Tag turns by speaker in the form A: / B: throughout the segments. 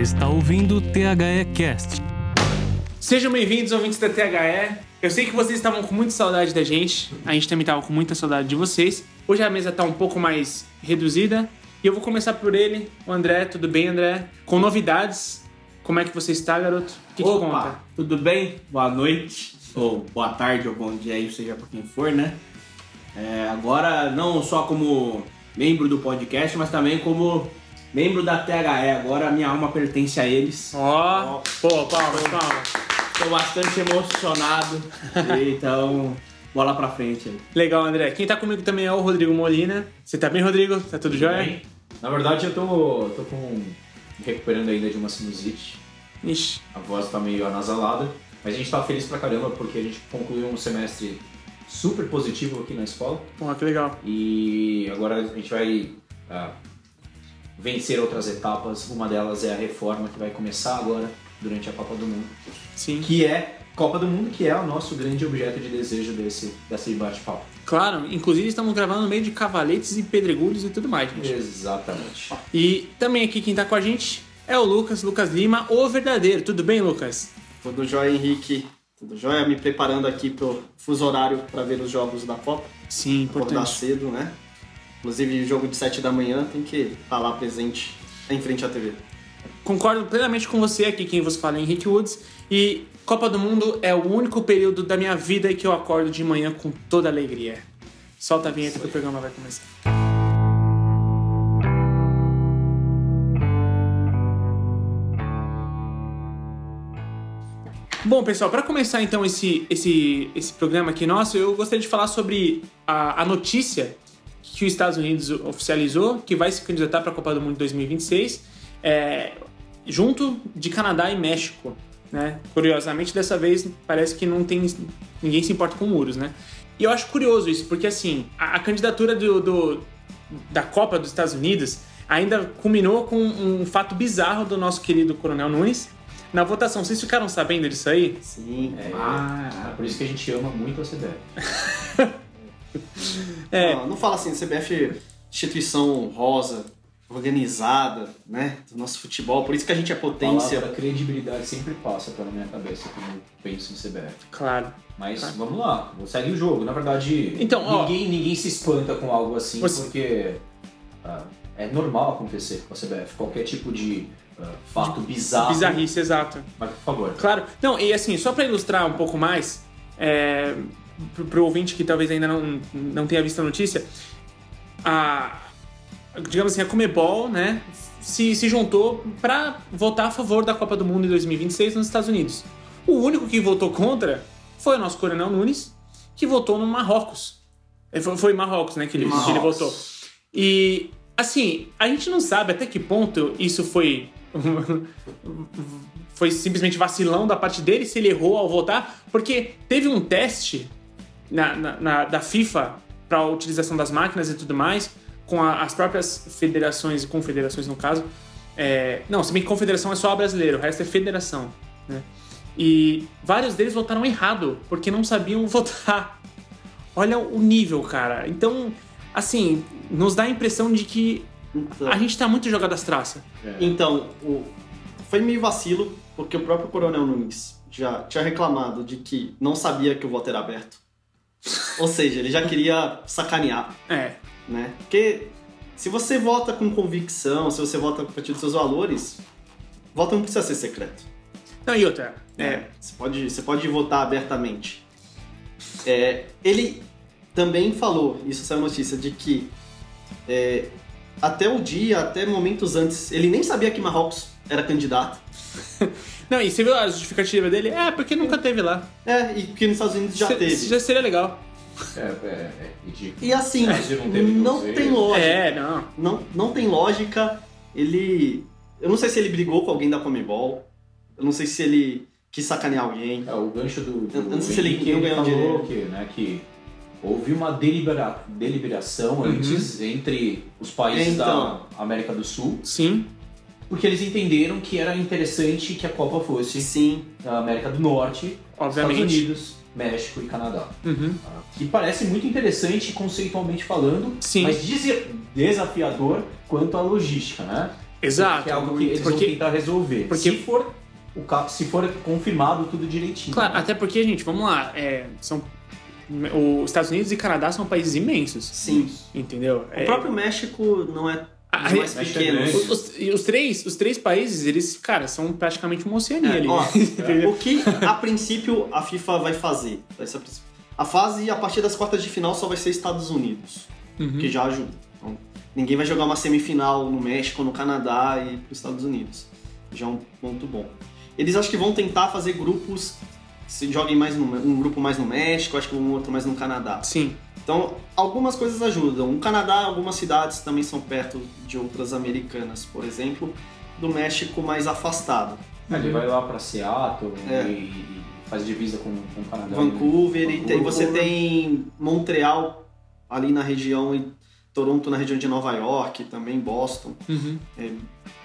A: está ouvindo o THE Cast.
B: Sejam bem-vindos, ouvintes da THE. Eu sei que vocês estavam com muita saudade da gente, a gente também estava com muita saudade de vocês. Hoje a mesa está um pouco mais reduzida e eu vou começar por ele, o André. Tudo bem, André? Com novidades. Como é que você está, garoto? O que, que
C: Opa,
B: conta?
C: tudo bem? Boa noite, ou boa tarde, ou bom dia aí, seja pra quem for, né? É, agora, não só como membro do podcast, mas também como membro da THE. Agora minha alma pertence a eles.
B: Ó, pô, palmas, palmas.
C: Estou bastante emocionado, então bola pra frente aí.
B: Legal, André. Quem tá comigo também é o Rodrigo Molina. Você tá bem, Rodrigo? Tá tudo jóia?
D: Na verdade, eu tô, tô com. me recuperando ainda de uma sinusite.
B: Ixi,
D: A voz tá meio anasalada. Mas a gente tá feliz pra caramba porque a gente concluiu um semestre super positivo aqui na escola.
B: porra, que legal.
D: E agora a gente vai ah, vencer outras etapas. Uma delas é a reforma que vai começar agora durante a Copa do Mundo.
B: Sim.
D: Que é Copa do Mundo, que é o nosso grande objeto de desejo desse, desse bate-papo.
B: Claro, inclusive estamos gravando no meio de cavaletes e pedregulhos e tudo mais, gente.
D: Exatamente.
B: E também aqui quem tá com a gente é o Lucas, Lucas Lima, o verdadeiro. Tudo bem, Lucas?
E: Tudo jóia, Henrique? Tudo jóia? Me preparando aqui pro fuso horário para ver os jogos da Copa.
B: Sim,
E: Acordar
B: importante.
E: cedo, né? Inclusive, o jogo de 7 da manhã tem que estar lá presente em frente à TV.
B: Concordo plenamente com você aqui, quem vos fala é Henrique Woods. E Copa do Mundo é o único período da minha vida que eu acordo de manhã com toda alegria. Solta a vinheta que o programa vai começar. Bom, pessoal, para começar então esse, esse, esse programa aqui nosso, eu gostaria de falar sobre a, a notícia que os Estados Unidos oficializou, que vai se candidatar para a Copa do Mundo 2026, é, junto de Canadá e México. Né? Curiosamente, dessa vez parece que não tem ninguém se importa com muros, né? E eu acho curioso isso, porque assim, a, a candidatura do, do- da Copa dos Estados Unidos ainda culminou com um fato bizarro do nosso querido Coronel Nunes. Na votação, vocês ficaram sabendo disso aí?
E: Sim.
D: É, é por isso que a gente ama muito a CBF.
B: É.
E: Não, não fala assim, CBF instituição rosa, organizada, né? Do nosso futebol. Por isso que a gente é
D: Potência.
E: potência.
D: Palavra credibilidade sempre passa pela minha cabeça quando eu penso em CBF.
B: Claro.
D: Mas
B: Tá.
D: vamos lá, segue o jogo. Na verdade,
B: Então, ó.
D: ninguém, ninguém se espanta com algo assim,
B: Você-
D: porque ah, é normal acontecer com a CBF. Qualquer tipo de ah, fato bizarro.
B: Bizarrice, exato.
D: Mas, por favor,
B: Claro. Não, e assim, só para ilustrar um pouco mais, é, pro, pro ouvinte que talvez ainda não, não tenha visto a notícia, a, digamos assim, a Comebol, né, se, se juntou para votar a favor da Copa do Mundo em 2026 nos Estados Unidos. O único que votou contra foi o nosso coronel Nunes, que votou no Marrocos. É, Foi, foi Marrocos, né, que ele, que ele
D: Marrocos.
B: votou. E, assim, a gente não sabe até que ponto isso foi... foi simplesmente vacilão da parte dele, se ele errou ao votar, porque teve um teste na- na- na- da FIFA para a utilização das máquinas e tudo mais, com a- as próprias federações e confederações, no caso. É, não, se bem que confederação é só a brasileira, o resto é federação. Né? E vários deles votaram errado, porque não sabiam votar. Olha o nível, cara. Então, assim, nos dá a impressão de que
E: Então,
B: a gente tá muito jogado às traças.
D: é,
E: Então, o- foi meio vacilo, porque o próprio Coronel Nunes já tinha reclamado de que não sabia que o voto era aberto. Ou seja, ele já queria sacanear,
B: É,
E: né? Porque se você vota com convicção, se você vota a partir dos seus valores, voto não precisa ser secreto.
B: não, e outra.
E: né?
B: É,
E: Você, pode, você pode votar abertamente. É, ele também falou, isso saiu notícia, de que é, até o dia, até momentos antes, ele nem sabia que Marrocos era candidato.
B: Não, e você viu a justificativa dele? É, porque nunca teve lá.
E: É, e que nos Estados Unidos já
B: Se-
E: teve.
B: Já seria legal.
D: é, é, é ridículo.
E: E assim,
D: Mas ele não teve
E: não
D: duas
E: tem
D: vezes.
E: lógica.
B: É, não.
E: Não, não tem lógica. Ele. Eu não sei se ele brigou com alguém da Comebol. Eu não sei se ele quis sacanear alguém.
D: É, o gancho do, do
E: Eu não sei se ele um
D: Henrique,
E: não ganhou
D: falou que, né, que houve uma delibera- deliberação
B: Uhum.
D: antes entre os países
E: Então.
D: da América do Sul,
B: Sim.
D: porque eles entenderam que era interessante que a Copa fosse
E: Sim.
D: a América do Norte, Estados
B: Obviamente.
D: Unidos, México e Canadá.
B: Uhum.
D: Ah, Que parece muito interessante conceitualmente falando,
B: Sim.
D: mas dese- desafiador quanto à logística, né?
B: Exato.
D: que é algo que eles vão
B: Porque-
D: tentar resolver.
B: porque-
D: se for o ca- se for confirmado tudo direitinho.
B: Claro, até porque, gente, vamos lá, é, são, os Estados Unidos e Canadá são países imensos,
E: Sim.
B: entendeu?
E: O
B: É,
E: próprio México não é
B: a-
E: dos mais
B: a-
E: pequenos.
B: os, os- e os três, os três países, eles, cara, são praticamente uma oceania ali.
E: É, Ó,
B: entendeu?
E: o que a princípio a FIFA vai fazer? Essa é a princípio. a fase a partir das quartas de final só vai ser Estados Unidos,
B: Uhum.
E: que já ajuda. Então, ninguém vai jogar uma semifinal no México, no Canadá e para os Estados Unidos. Já é um ponto bom. Eles acho que vão tentar fazer grupos se joguem mais no, um grupo mais no México, acho que um outro mais no Canadá.
B: Sim,
E: Então, algumas coisas ajudam. No Canadá, algumas cidades também são perto de outras americanas, por exemplo, do México mais afastado.
D: Ele vai lá pra Seattle
E: É.
D: e, e faz divisa com, com o Canadá.
E: Vancouver, e tem,
D: Vancouver.
E: você tem Montreal ali na região, e Toronto na região de Nova York, também Boston,
B: uhum.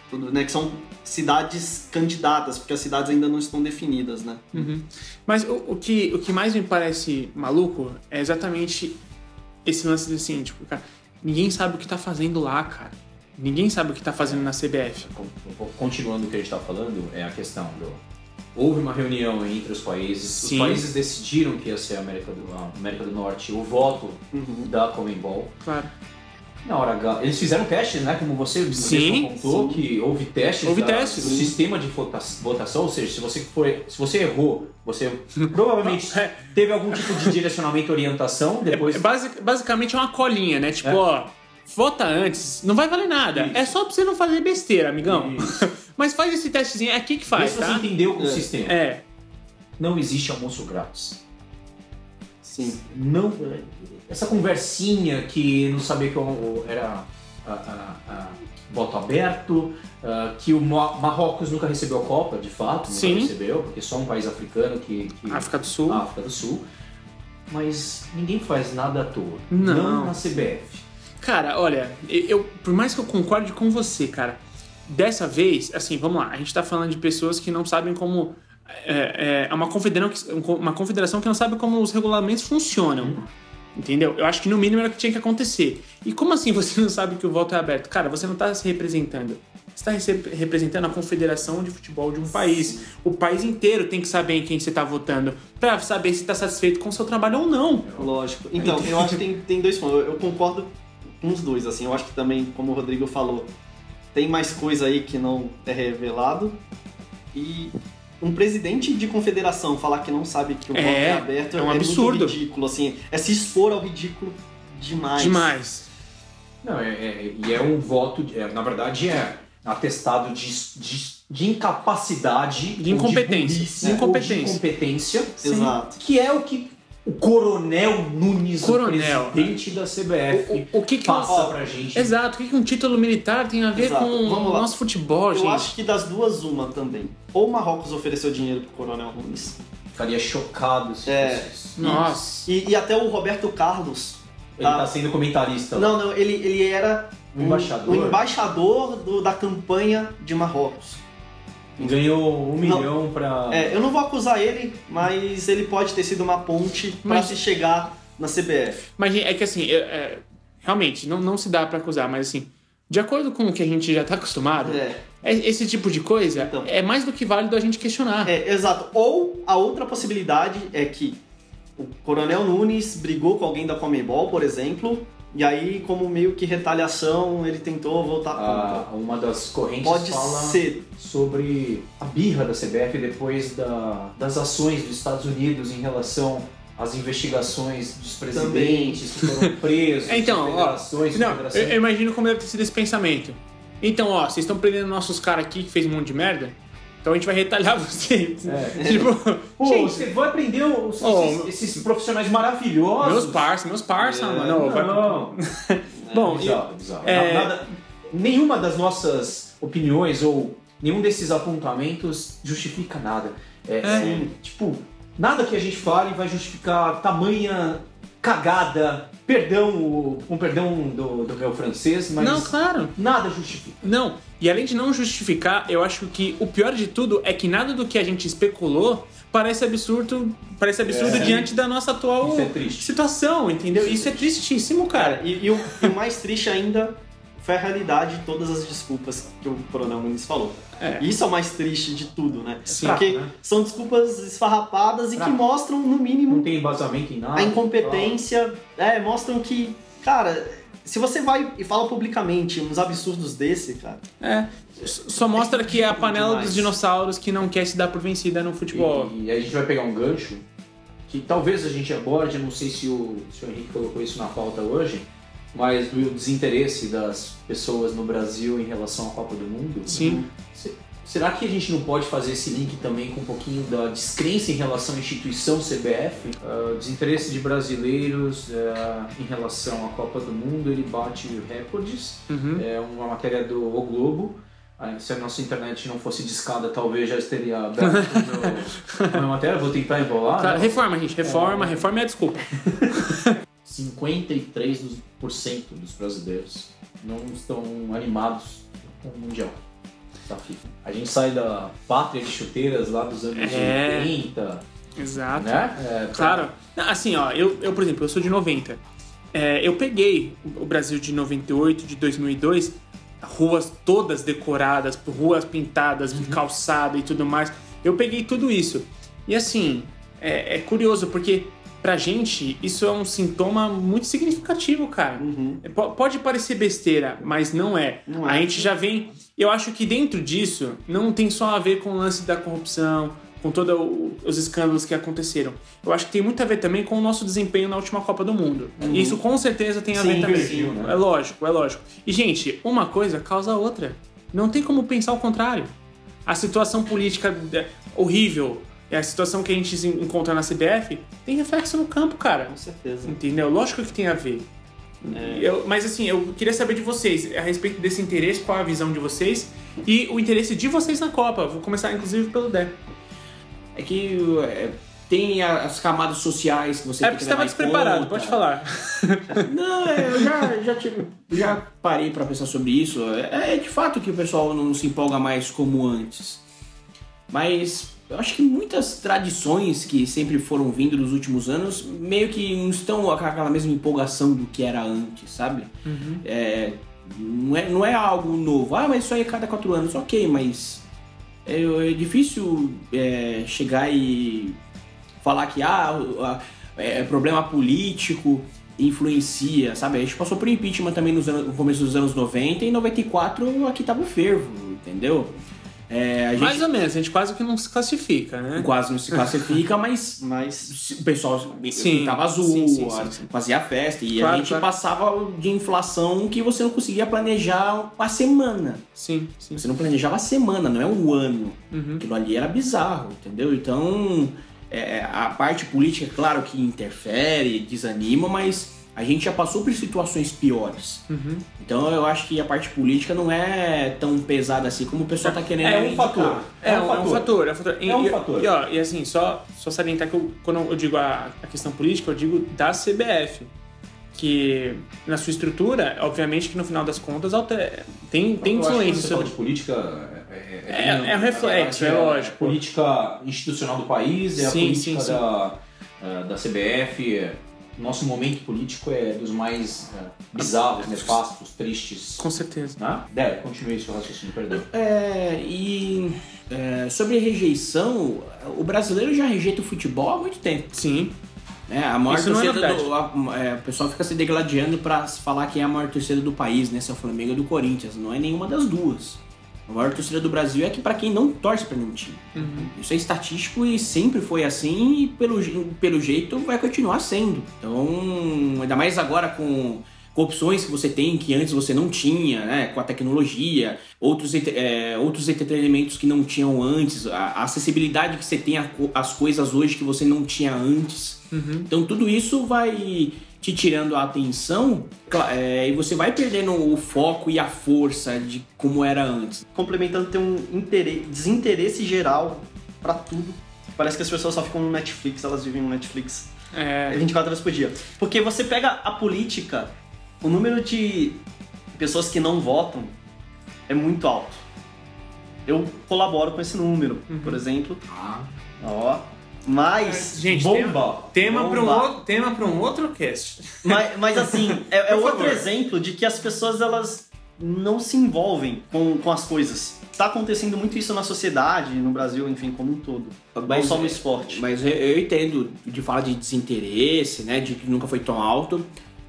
E: tudo, né? Que são cidades candidatas, porque as cidades ainda não estão definidas, né?
B: Uhum. Mas o, o que, o que mais me parece maluco é exatamente esse lance assim, tipo, cara, ninguém sabe o que tá fazendo lá, cara. Ninguém sabe o que tá fazendo na CBF.
D: Con- Continuando o que a gente tá falando, é a questão do. Houve uma reunião entre os países,
B: Sim.
D: os países decidiram que ia ser a América do, a América do Norte, o voto da Comembol.
B: Claro.
D: Na hora H, eles fizeram testes, né? Como você mesmo
B: Sim,
D: contou, que houve testes.
B: Houve
D: da-
B: testes,
D: do
B: sim.
D: sistema de vota- votação, ou seja, se você, for, se você errou, você provavelmente teve algum tipo de direcionamento, orientação, depois.
B: É basic- basicamente é uma colinha, né? Tipo, ó, vota antes, não vai valer nada. É só pra você não fazer besteira, amigão. Mas faz esse testezinho, é aqui que
D: Vê
B: faz,
D: se você
B: tá?
D: entendeu o
E: É.
D: sistema.
B: É,
D: Não existe almoço grátis.
E: Sim.
D: Não. Essa conversinha que não sabia que eu- era a, a- a- voto aberto, ah, que o Ma- Marrocos nunca recebeu a Copa, de fato, nunca
B: Sim.
D: recebeu, porque só um país africano que. que-
B: África do Sul.
D: na África do Sul. Mas ninguém faz nada à toa.
B: Não.
D: na CBF.
B: Cara, olha, eu, eu- por mais que eu concorde com você, cara, dessa vez, assim, vamos lá, a gente tá falando de pessoas que não sabem como. É, é, é uma, confederação que, uma confederação que não sabe como os regulamentos funcionam. Entendeu? Eu acho que no mínimo era o que tinha que acontecer. E como assim você não sabe que o voto é aberto? Cara, você não tá se representando. Você tá rece- representando a confederação de futebol de um país. O país inteiro tem que saber em quem você tá votando pra saber se tá satisfeito com o seu trabalho ou não.
E: Lógico. Então, eu acho que tem, tem dois pontos. Eu, eu concordo com os dois, assim. Eu acho que também, como o Rodrigo falou, tem mais coisa aí que não é revelado. E um presidente de confederação falar que não sabe que o voto é,
B: É,
E: aberto
B: é um absurdo.
E: muito ridículo, assim. É se expor ao ridículo demais.
B: Demais.
D: Não, é, é- e é um voto, é, na verdade é atestado de, de, de incapacidade,
B: De
D: ou
B: incompetência.
D: burrice,
B: De
D: né, ou
B: incompetência.
D: de incompetência,
E: Exato.
D: que é o que o Coronel Nunes,
B: Coronel. né?
D: o presidente da CBF,
B: O, o- o que que
D: passa
B: ó,
D: pra gente.
B: Exato, o que que um título militar tem a ver
E: Exato.
B: com o
E: Vamos lá.
B: nosso futebol,
E: Eu
B: gente?
E: acho que das duas, uma também. Ou o Marrocos ofereceu dinheiro pro Coronel Nunes.
D: Ficaria chocado se
E: É.
D: fosse isso.
B: Nossa.
E: E, e até o Roberto Carlos.
D: Ele tá sendo comentarista.
E: Não, não, ele, ele era
D: Um embaixador.
E: o embaixador do- da campanha de Marrocos.
D: Ganhou um
E: Não.
D: milhão pra.
E: É, eu não vou acusar ele, mas ele pode ter sido uma ponte pra
B: Mas-
E: se chegar na CBF.
B: Mas gente, é que assim, é- é, realmente, não, não se dá pra acusar, mas assim, de acordo com o que a gente já tá acostumado,
E: É,
B: é- esse tipo de coisa
E: Então.
B: é mais do que válido a gente questionar.
E: é, exato. Ou a outra possibilidade é que o Coronel Nunes brigou com alguém da Comembol, por exemplo, e aí, como meio que retaliação, ele tentou voltar contra.
D: Ah, uma das correntes
E: Pode
D: fala
E: ser.
D: sobre a birra da CBF depois da- das ações dos Estados Unidos em relação às investigações dos presidentes que foram presos,
B: Então,
D: de
B: ó,
D: federações,
B: Não,
E: é
B: é,
D: confederações.
B: eu, eu imagino como deve ter sido esse pensamento. Então, ó, vocês estão prendendo nossos caras aqui que fez um monte de merda, então a gente vai retalhar vocês.
D: É.
B: Tipo,
D: Pô,
B: gente,
D: você vai prender os-
B: Ó,
D: esses, esses profissionais maravilhosos. né?
B: meus parça, meus parça,
E: É,
B: mano. Não, vai-
D: Não,
B: Bom, e-
D: bizarro, bizarro.
B: é-
D: Na- nada- nenhuma das nossas opiniões ou nenhum desses apontamentos justifica nada. É, é, tipo, nada que a gente fale vai justificar tamanha cagada. Perdão, o- um perdão do, do meu francês, mas
B: não, claro.
D: nada justifica.
B: Não, e além de não justificar, eu acho que o pior de tudo é que nada do que a gente especulou parece absurdo, parece absurdo
D: É.
B: diante da nossa atual
D: Isso é triste.
B: situação, entendeu? Isso é tristíssimo, cara.
E: Cara, e, e o, e o mais triste ainda foi a realidade de todas as desculpas que o Coronel Nunes falou.
B: É.
E: E Isso é o mais triste de tudo, né?
B: Sim.
E: Porque
D: Fraco, né?
E: são desculpas esfarrapadas e
D: Fraco.
E: que mostram, no mínimo,
D: Não tem embasamento em nada.
E: a incompetência. É, mostram que, cara, se você vai e fala publicamente uns absurdos desse, cara,
B: É. Só mostra que é a panela
E: Demais.
B: dos dinossauros que não quer se dar por vencida no
D: Tipo,
B: futebol.
D: E, e a gente vai pegar um gancho que talvez a gente aborde, eu não sei se o, se o Henrique colocou isso na pauta hoje, mas do desinteresse das pessoas no Brasil em relação à Copa do Mundo.
B: Sim.
D: Será que a gente não pode fazer esse link também com um pouquinho da descrença em relação à instituição CBF? Ah, o desinteresse de brasileiros ah, em relação à Copa do Mundo, ele bate recordes.
B: Uhum.
D: É uma matéria do O Globo. Ah, Se a nossa internet não fosse discada, talvez já estaria aberto o meu- a matéria. Vou tentar embolar.
B: Claro,
D: né?
B: Tá, reforma, gente. Reforma, reforma é a desculpa.
D: 53% dos brasileiros não estão animados com o Mundial. da FIFA. A gente sai da pátria de chuteiras lá dos anos
B: É. Tá
D: 80,
B: Exato.
D: né? É, pra-
B: Claro. Assim, ó, eu, eu, por exemplo, eu sou de 90. É, eu peguei o Brasil de 98, de 2002, ruas todas decoradas, ruas pintadas,
E: Uhum.
B: calçada e tudo mais. Eu peguei tudo isso. E assim, é, é curioso, porque pra gente isso é um sintoma muito significativo, cara. É,
E: uhum,
B: Po- Pode parecer besteira, mas não é.
E: Não é.
B: A gente já vem. Eu acho que dentro disso não tem só a ver com o lance da corrupção, com todos os escândalos que aconteceram. Eu acho que tem muito a ver também com o nosso desempenho na última Copa do Mundo.
C: Uhum.
B: Isso com certeza tem a
D: Sim,
B: ver também.
D: invertiu, né?
B: É lógico, é lógico. E, gente, uma coisa causa a outra. Não tem como pensar o contrário. A situação política é, horrível, é a situação que a gente se encontra na CBF, tem reflexo no campo, cara.
E: com certeza.
B: Entendeu? Lógico que tem a ver.
C: É.
B: Eu- mas assim, eu queria saber de vocês, a respeito desse interesse, qual a visão de vocês e o interesse de vocês na Copa. Vou começar, inclusive, pelo Dé.
C: É que é, tem a- as camadas sociais que você
B: É
C: tem
B: porque
C: que
B: você tava
C: levar
B: despreparado,
C: em conta.
B: pode falar.
C: Não, é, eu já, já, tive- já parei pra pensar sobre isso. É, é de fato que o pessoal não se empolga mais como antes. Mas eu acho que muitas tradições que sempre foram vindo nos últimos anos meio que não estão com aquela mesma empolgação do que era antes, sabe? É, não, é, não é algo novo. Ah, mas isso aí é cada quatro anos. Ok, mas é, é difícil é, chegar e falar que ah, o- a- é, problema político influencia, sabe? A gente passou por impeachment também nos anos- no começo dos anos 90 e em 94 aqui tava o fervo, entendeu? É, a gente
B: Mais ou menos, a gente quase que não se classifica, né?
C: quase não se classifica, mas
E: Mas
C: o pessoal
B: Sim,
C: pintava azul,
B: sim, sim, sim, sim.
C: fazia festa e
B: Claro,
C: a gente
B: claro.
C: passava de inflação que você não conseguia planejar a semana.
B: Sim, sim.
C: Você não planejava a semana, não é um ano.
B: Uhum.
C: Aquilo ali era bizarro, entendeu? Então, é, a parte política, claro que interfere, desanima, mas a gente já passou por situações piores.
B: Uhum.
C: Então, eu acho que a parte política não é tão pesada assim como o pessoal tá querendo.
D: É um
C: indicar.
D: fator.
B: É, um, é um fator, é um fator. E,
D: É um
B: e-
D: fator.
B: E, ó, e assim, só, só salientar que eu- quando eu digo a, a questão política, eu digo da CBF. Que na sua estrutura, obviamente que no final das contas alter- tem, tem
D: Eu acho que quando
B: influência
D: você fala
B: sobre.
D: de política é, é,
B: É- é um reflexo, é lógico.
D: A política institucional do país, é
B: Sim,
D: a
B: sim,
D: política
B: sim.
D: Da, eh, da CBF. é- Nosso momento político é dos mais eh, bizarros, nefastos, tristes.
B: Com certeza.
D: Né? Dé, continue seu raciocínio, perdão.
C: É, e é, sobre a rejeição, o brasileiro já rejeita o futebol há muito tempo.
B: Sim,
C: né? A maior
B: Isso não é
C: torcida do. a- é, o pessoal fica se degladiando pra falar quem é a maior torcida do país, né? Se é o Flamengo ou do Corinthians. Não é nenhuma das duas. A maior torcida do Brasil é que pra quem não torce pra nenhum time.
B: Uhum.
C: Isso é estatístico e sempre foi assim e pelo, je- pelo jeito vai continuar sendo. Então, ainda mais agora com, com opções que você tem que antes você não tinha, né? Com a tecnologia, outros, entre- é, outros entretenimentos que não tinham antes, a, a acessibilidade que você tem a co- às coisas hoje que você não tinha antes.
B: uhum.
C: Então tudo isso vai te tirando a atenção cla- é, e você vai perdendo o foco e a força de como era antes.
E: complementando, tem um intere- desinteresse geral pra tudo. Parece que as pessoas só ficam no Netflix, elas vivem no Netflix.
B: é,
E: 24 horas por dia. Porque você pega a política, o número de pessoas que não votam é muito alto. Eu colaboro com esse número,
B: Uhum.
E: por exemplo.
D: Ah,
E: Ó. Mas.
B: Gente,
D: Bomba!
B: tema para um,
E: Bomba.
B: outro- tema pra um outro cast.
E: Mas, mas assim, é, é
B: Por
E: outro
B: favor.
E: exemplo de que as pessoas elas não se envolvem com, com as coisas. Tá acontecendo muito isso na sociedade, no Brasil, enfim, como um todo.
C: Mas- é-
E: não só no esporte.
C: Mas eu, eu entendo de falar de desinteresse, né? De que nunca foi tão alto.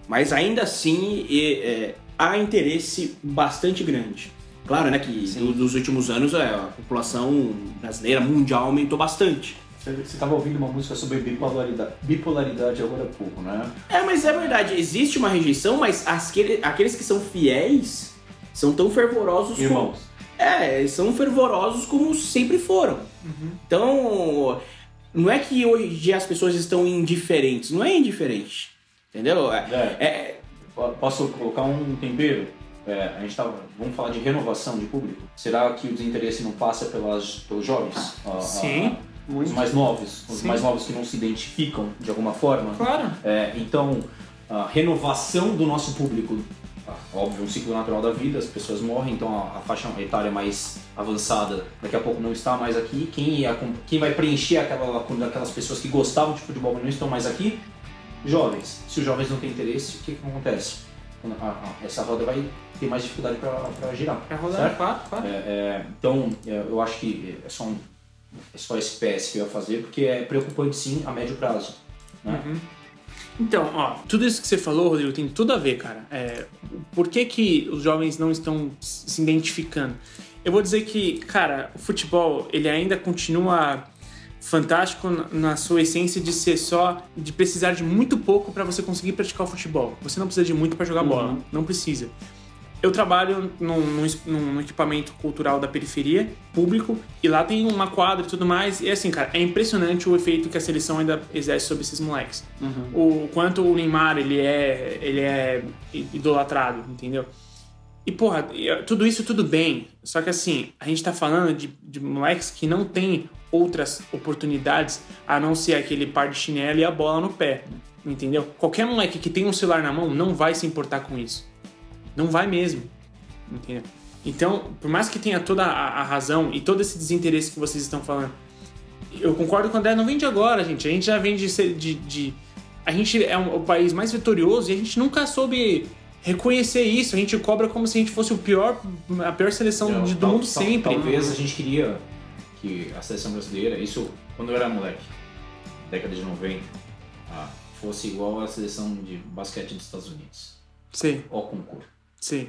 C: Mas ainda assim e- é, há interesse bastante grande. Claro, né? Que do- dos últimos anos é, a população brasileira mundial aumentou bastante.
D: Você estava ouvindo uma música sobre bipolaridade, bipolaridade agora há pouco, né?
C: É, mas é verdade, existe uma rejeição, mas as que- aqueles que são fiéis são tão fervorosos como.
D: Irmãos.
C: É, são fervorosos como sempre foram.
E: Uhum.
C: Então, não é que hoje em dia as pessoas estão indiferentes, não é indiferente. Entendeu? É-
D: É.
C: é,
D: Po- Posso colocar um tempero? É, a gente tava, vamos falar de renovação de público. Será que o desinteresse não passa pelas, pelos jovens? A- a-
B: Sim.
D: os
E: Muito.
D: mais novos, os
B: Sim.
D: mais novos que não se identificam de alguma forma.
B: Claro.
D: É, então, a renovação do nosso público. Ah, Óbvio, um ciclo natural da vida, as pessoas morrem, então a, a faixa etária mais avançada daqui a pouco não está mais aqui. Quem, ia com- quem vai preencher aquela lacuna daquelas pessoas que gostavam de futebol mas não estão mais aqui? Jovens. Se os jovens não têm interesse, o que, que acontece? A- a- essa roda vai ter mais dificuldade para girar.
B: Vai rolar,
D: certo?
B: claro, claro.
D: Então, é, eu acho que é só, um, é só esse PS que eu ia fazer, porque é preocupante sim a médio prazo.
B: Então, ó, tudo isso que você falou, Rodrigo, tem tudo a ver, cara. É, por que, que os jovens não estão se identificando? Eu vou dizer que, cara, o futebol, ele ainda continua fantástico na- na sua essência de ser só de precisar de muito pouco para você conseguir praticar o futebol. Você não precisa de muito para jogar bola, não precisa. Eu trabalho num, num es- num- num equipamento cultural da periferia, público, e lá tem uma quadra e tudo mais. E assim, cara, é impressionante o efeito que a seleção ainda exerce sobre esses moleques. O quanto o Neymar, ele é, ele é i- idolatrado, entendeu? E, porra, e, tudo isso tudo bem. Só que assim, a gente tá falando de, de moleques que não tem outras oportunidades a não ser aquele par de chinelo e a bola no pé. Entendeu? Qualquer moleque que tem um celular na mão não vai se importar com isso. Não vai mesmo. Entendeu? Então, por mais que tenha toda a, a razão e todo esse desinteresse que vocês estão falando, eu concordo com o André, não vende agora, gente. A gente já vende de. de- de- a gente é um- o país mais vitorioso e a gente nunca soube reconhecer isso. A gente cobra como se a gente fosse o pior, a pior seleção de- do
D: É, Tal-
B: mundo
D: tal-
B: sempre.
D: Talvez a gente queria que a seleção brasileira, isso quando eu era moleque, década de 90, ah, fosse igual à seleção de basquete dos Estados Unidos.
B: Sim,
D: Ó concurso.
B: sim.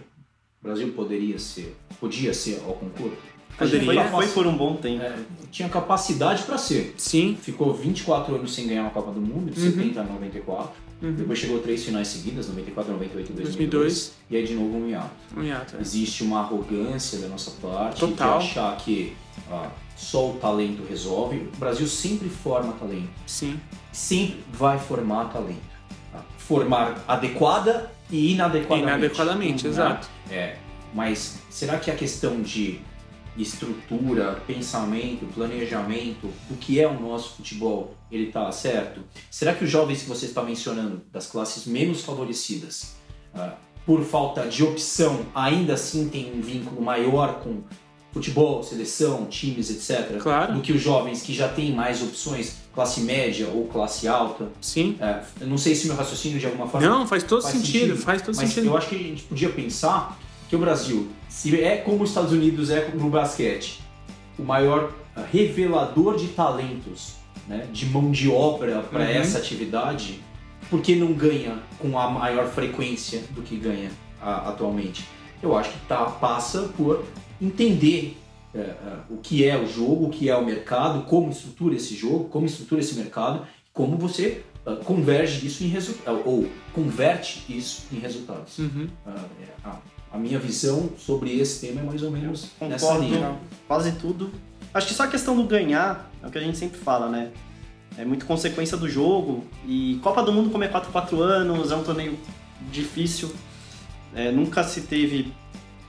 D: O Brasil poderia ser, podia ser ó concurso.
E: A gente
B: Poderia.
E: Foi, foi por um bom tempo.
D: Tinha capacidade para ser.
B: Sim.
D: Ficou 24 anos sem ganhar uma Copa do Mundo, de
B: Uhum.
D: 70 a 94. Depois chegou três finais seguidas, 94, 98 e 2002.
B: 2002,
D: E aí de novo um hiato.
B: um hiato. é.
D: Existe uma arrogância da nossa parte
B: Total.
D: de achar que ah, só o talento resolve. O Brasil sempre forma talento,
B: Sim.
D: sempre vai formar talento. tá? Formar adequada e inadequadamente.
B: Inadequadamente,
D: né?
B: exato.
D: É, mas será que a questão de estrutura, pensamento, planejamento, do que é o nosso futebol, ele está certo? Será que os jovens que você está mencionando, das classes menos favorecidas, ah, por falta de opção, ainda assim tem um vínculo maior com futebol, seleção, times, etc.,
B: Claro.
D: do que os jovens que já têm mais opções, classe média ou classe alta?
B: Sim.
D: É, eu não sei se meu raciocínio de alguma forma
B: Não, faz todo
D: Faz
B: sentido,
D: sentido,
B: faz todo
D: mas
B: sentido.
D: eu acho que a gente podia pensar que o Brasil, se é como os Estados Unidos é no basquete, o maior ah, revelador de talentos, né, de mão de obra para
B: Uhum.
D: essa atividade, por que não ganha com a maior frequência do que ganha a- atualmente? Eu acho que tá, passa por entender é, é, o que é o jogo, o que é o mercado, como estrutura esse jogo, como estrutura esse mercado, como você é, converge isso em resultados, ou converte isso em resultados.
B: Uhum.
D: Ah, é, a, a minha visão sobre esse tema é mais ou menos nessa
E: Concordo.
D: linha.
E: Quase tudo. Acho que só a questão do ganhar é o que a gente sempre fala, né? É muito consequência do jogo. E Copa do Mundo, como é 4 x 4 anos, é um torneio difícil. É, nunca se teve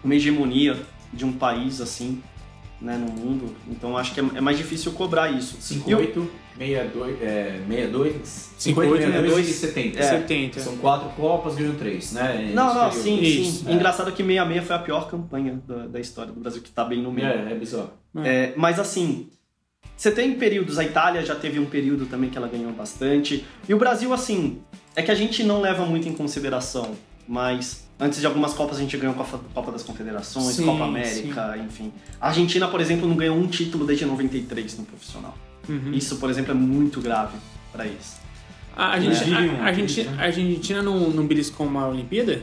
E: uma hegemonia de um país assim, né, no mundo. Então acho que é, é mais difícil cobrar isso. E o-
D: 58, 62, é, 62,
B: 58,
D: 62 e 70.
E: É.
B: 70.
D: São quatro Copas, ganhou três, né?
E: Não, não,
D: Nesse
E: sim,
D: período.
E: sim.
B: Isso,
D: é.
E: Engraçado que 66 foi a pior campanha da, da história do Brasil, que tá bem no meio.
D: É, é bizarro.
E: É, mas assim, você tem períodos, a Itália já teve um período também que ela ganhou bastante. E o Brasil, assim, é que a gente não leva muito em consideração mas antes de algumas Copas a gente ganhou Copa, Copa das Confederações,
B: Sim,
E: Copa América, enfim. A Argentina, por exemplo, não ganhou um título desde 93 no profissional.
B: Uhum.
E: Isso, por exemplo, é muito grave pra eles.
B: A, a gente,
D: Eles vivem
B: a, a gente, a Argentina não, não beliscou uma Olimpíada?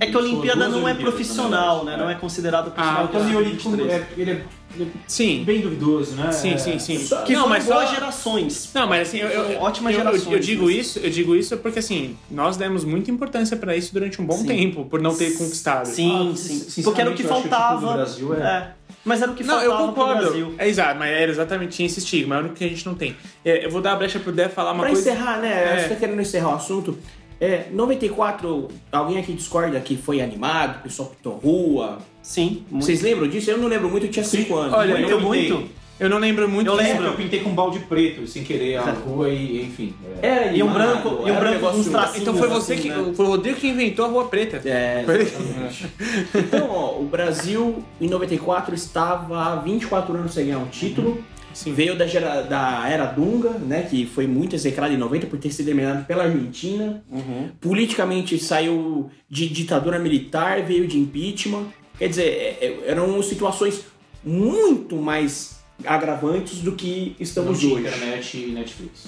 E: É que a
C: Isso,
E: Olimpíada
C: duas
E: não é
C: Olimpíadas,
E: profissional,
C: na
E: né?
C: verdade.
E: Não é considerado profissional.
B: Ah,
E: até
D: O
E: os
D: torneio olímpico
E: 23.
D: é, ele é, ele é
B: Sim.
D: bem duvidoso, né?
B: Sim, sim, sim.
D: Só-
E: Que
B: Não,
E: foram
B: mas é só-
E: boas gerações.
B: Não, mas assim, eu, eu,
E: São ótimas
B: eu- eu-
E: gerações,
B: eu digo
E: mas-
B: isso, eu digo isso porque assim, nós demos muita importância pra isso durante um bom
E: Sim.
B: tempo, por não ter conquistado.
E: Sim, sim.
D: Ah, sinceramente,
E: Porque era o que
D: eu acho que o título
E: faltava.
D: do Brasil é-
E: É. Mas era o que
B: Não, eu
E: faltava pro
B: concordo.
E: Brasil.
B: É exato, mas era exatamente tinha esse estigma, é o único que a gente não tem. É, eu vou dar a brecha pro Dev falar uma
C: pra
B: coisa.
C: encerrar, né?
B: É.
C: Você tá querendo encerrar o assunto. É, 94, alguém aqui discorda que foi animado, o pessoal pintou rua.
E: Sim, muito.
C: Vocês lembram disso? Eu não lembro muito, eu tinha 5 anos.
B: Olha,
C: Muito
B: eu
C: pintei.
E: muito.
B: Eu não lembro muito
E: Eu
B: disso.
E: lembro.
D: Eu pintei com um balde preto, sem querer, a rua e enfim. é.
C: Era
E: E um
C: animado,
E: branco- e um
C: era
E: branco com
C: negócio-
E: uns tracinhos.
B: Então foi
E: Assim,
B: você que.
E: né?
B: Foi o Rodrigo que inventou a Rua Preta.
C: É, exatamente. então, ó, o Brasil em 94 estava há 24 anos sem ganhar um título.
B: Sim.
C: Veio da, gera- da era Dunga, né, que foi muito execrado em 90 por ter sido eliminado pela Argentina.
E: Uhum.
C: Politicamente saiu de ditadura militar, veio de impeachment. Quer dizer, é- é- eram situações muito mais agravantes do que
D: Não
C: estamos
D: tinha
C: hoje.
D: internet e Netflix.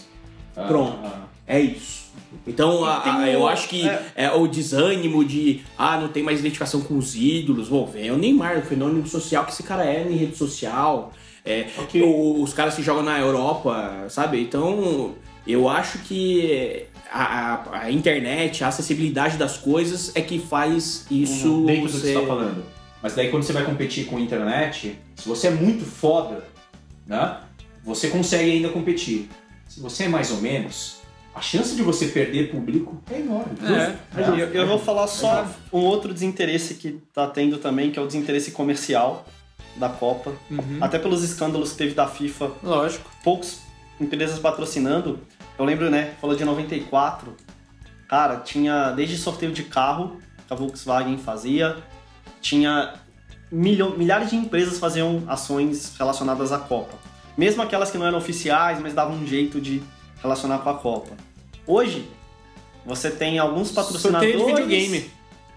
D: Ah,
C: Pronto.
D: ah,
C: É isso. Então, a-
E: tem
C: a-
E: o-
C: eu acho que
E: é.
C: é, o desânimo de, ah, não tem mais identificação com os ídolos. Bom, vem o Neymar, o fenômeno social que esse cara é em rede social. É,
D: Ok.
C: o- os caras que jogam na Europa, sabe? Então, eu acho que a, a- a internet, a acessibilidade das coisas é que faz isso
D: dentro do que você
C: Uhum. ser...
D: está falando. Mas daí quando você vai competir com a internet, se você é muito foda, né? Você consegue ainda competir. Se você é mais ou menos, a chance de você perder público é enorme.
B: É.
D: Justo.
E: Eu, eu vou falar só um outro desinteresse que tá tendo também, que é o desinteresse comercial da Copa.
B: Uhum.
E: Até pelos escândalos que teve da FIFA,
B: Lógico.
E: poucas empresas patrocinando. Eu lembro, né? Falou de 94. Cara, tinha desde sorteio de carro que a Volkswagen fazia, tinha milho- milhares de empresas faziam ações relacionadas à Copa. Mesmo aquelas que não eram oficiais, mas davam um jeito de relacionar com a Copa. Hoje, você tem alguns patrocinadores.
B: Sorteio de videogame.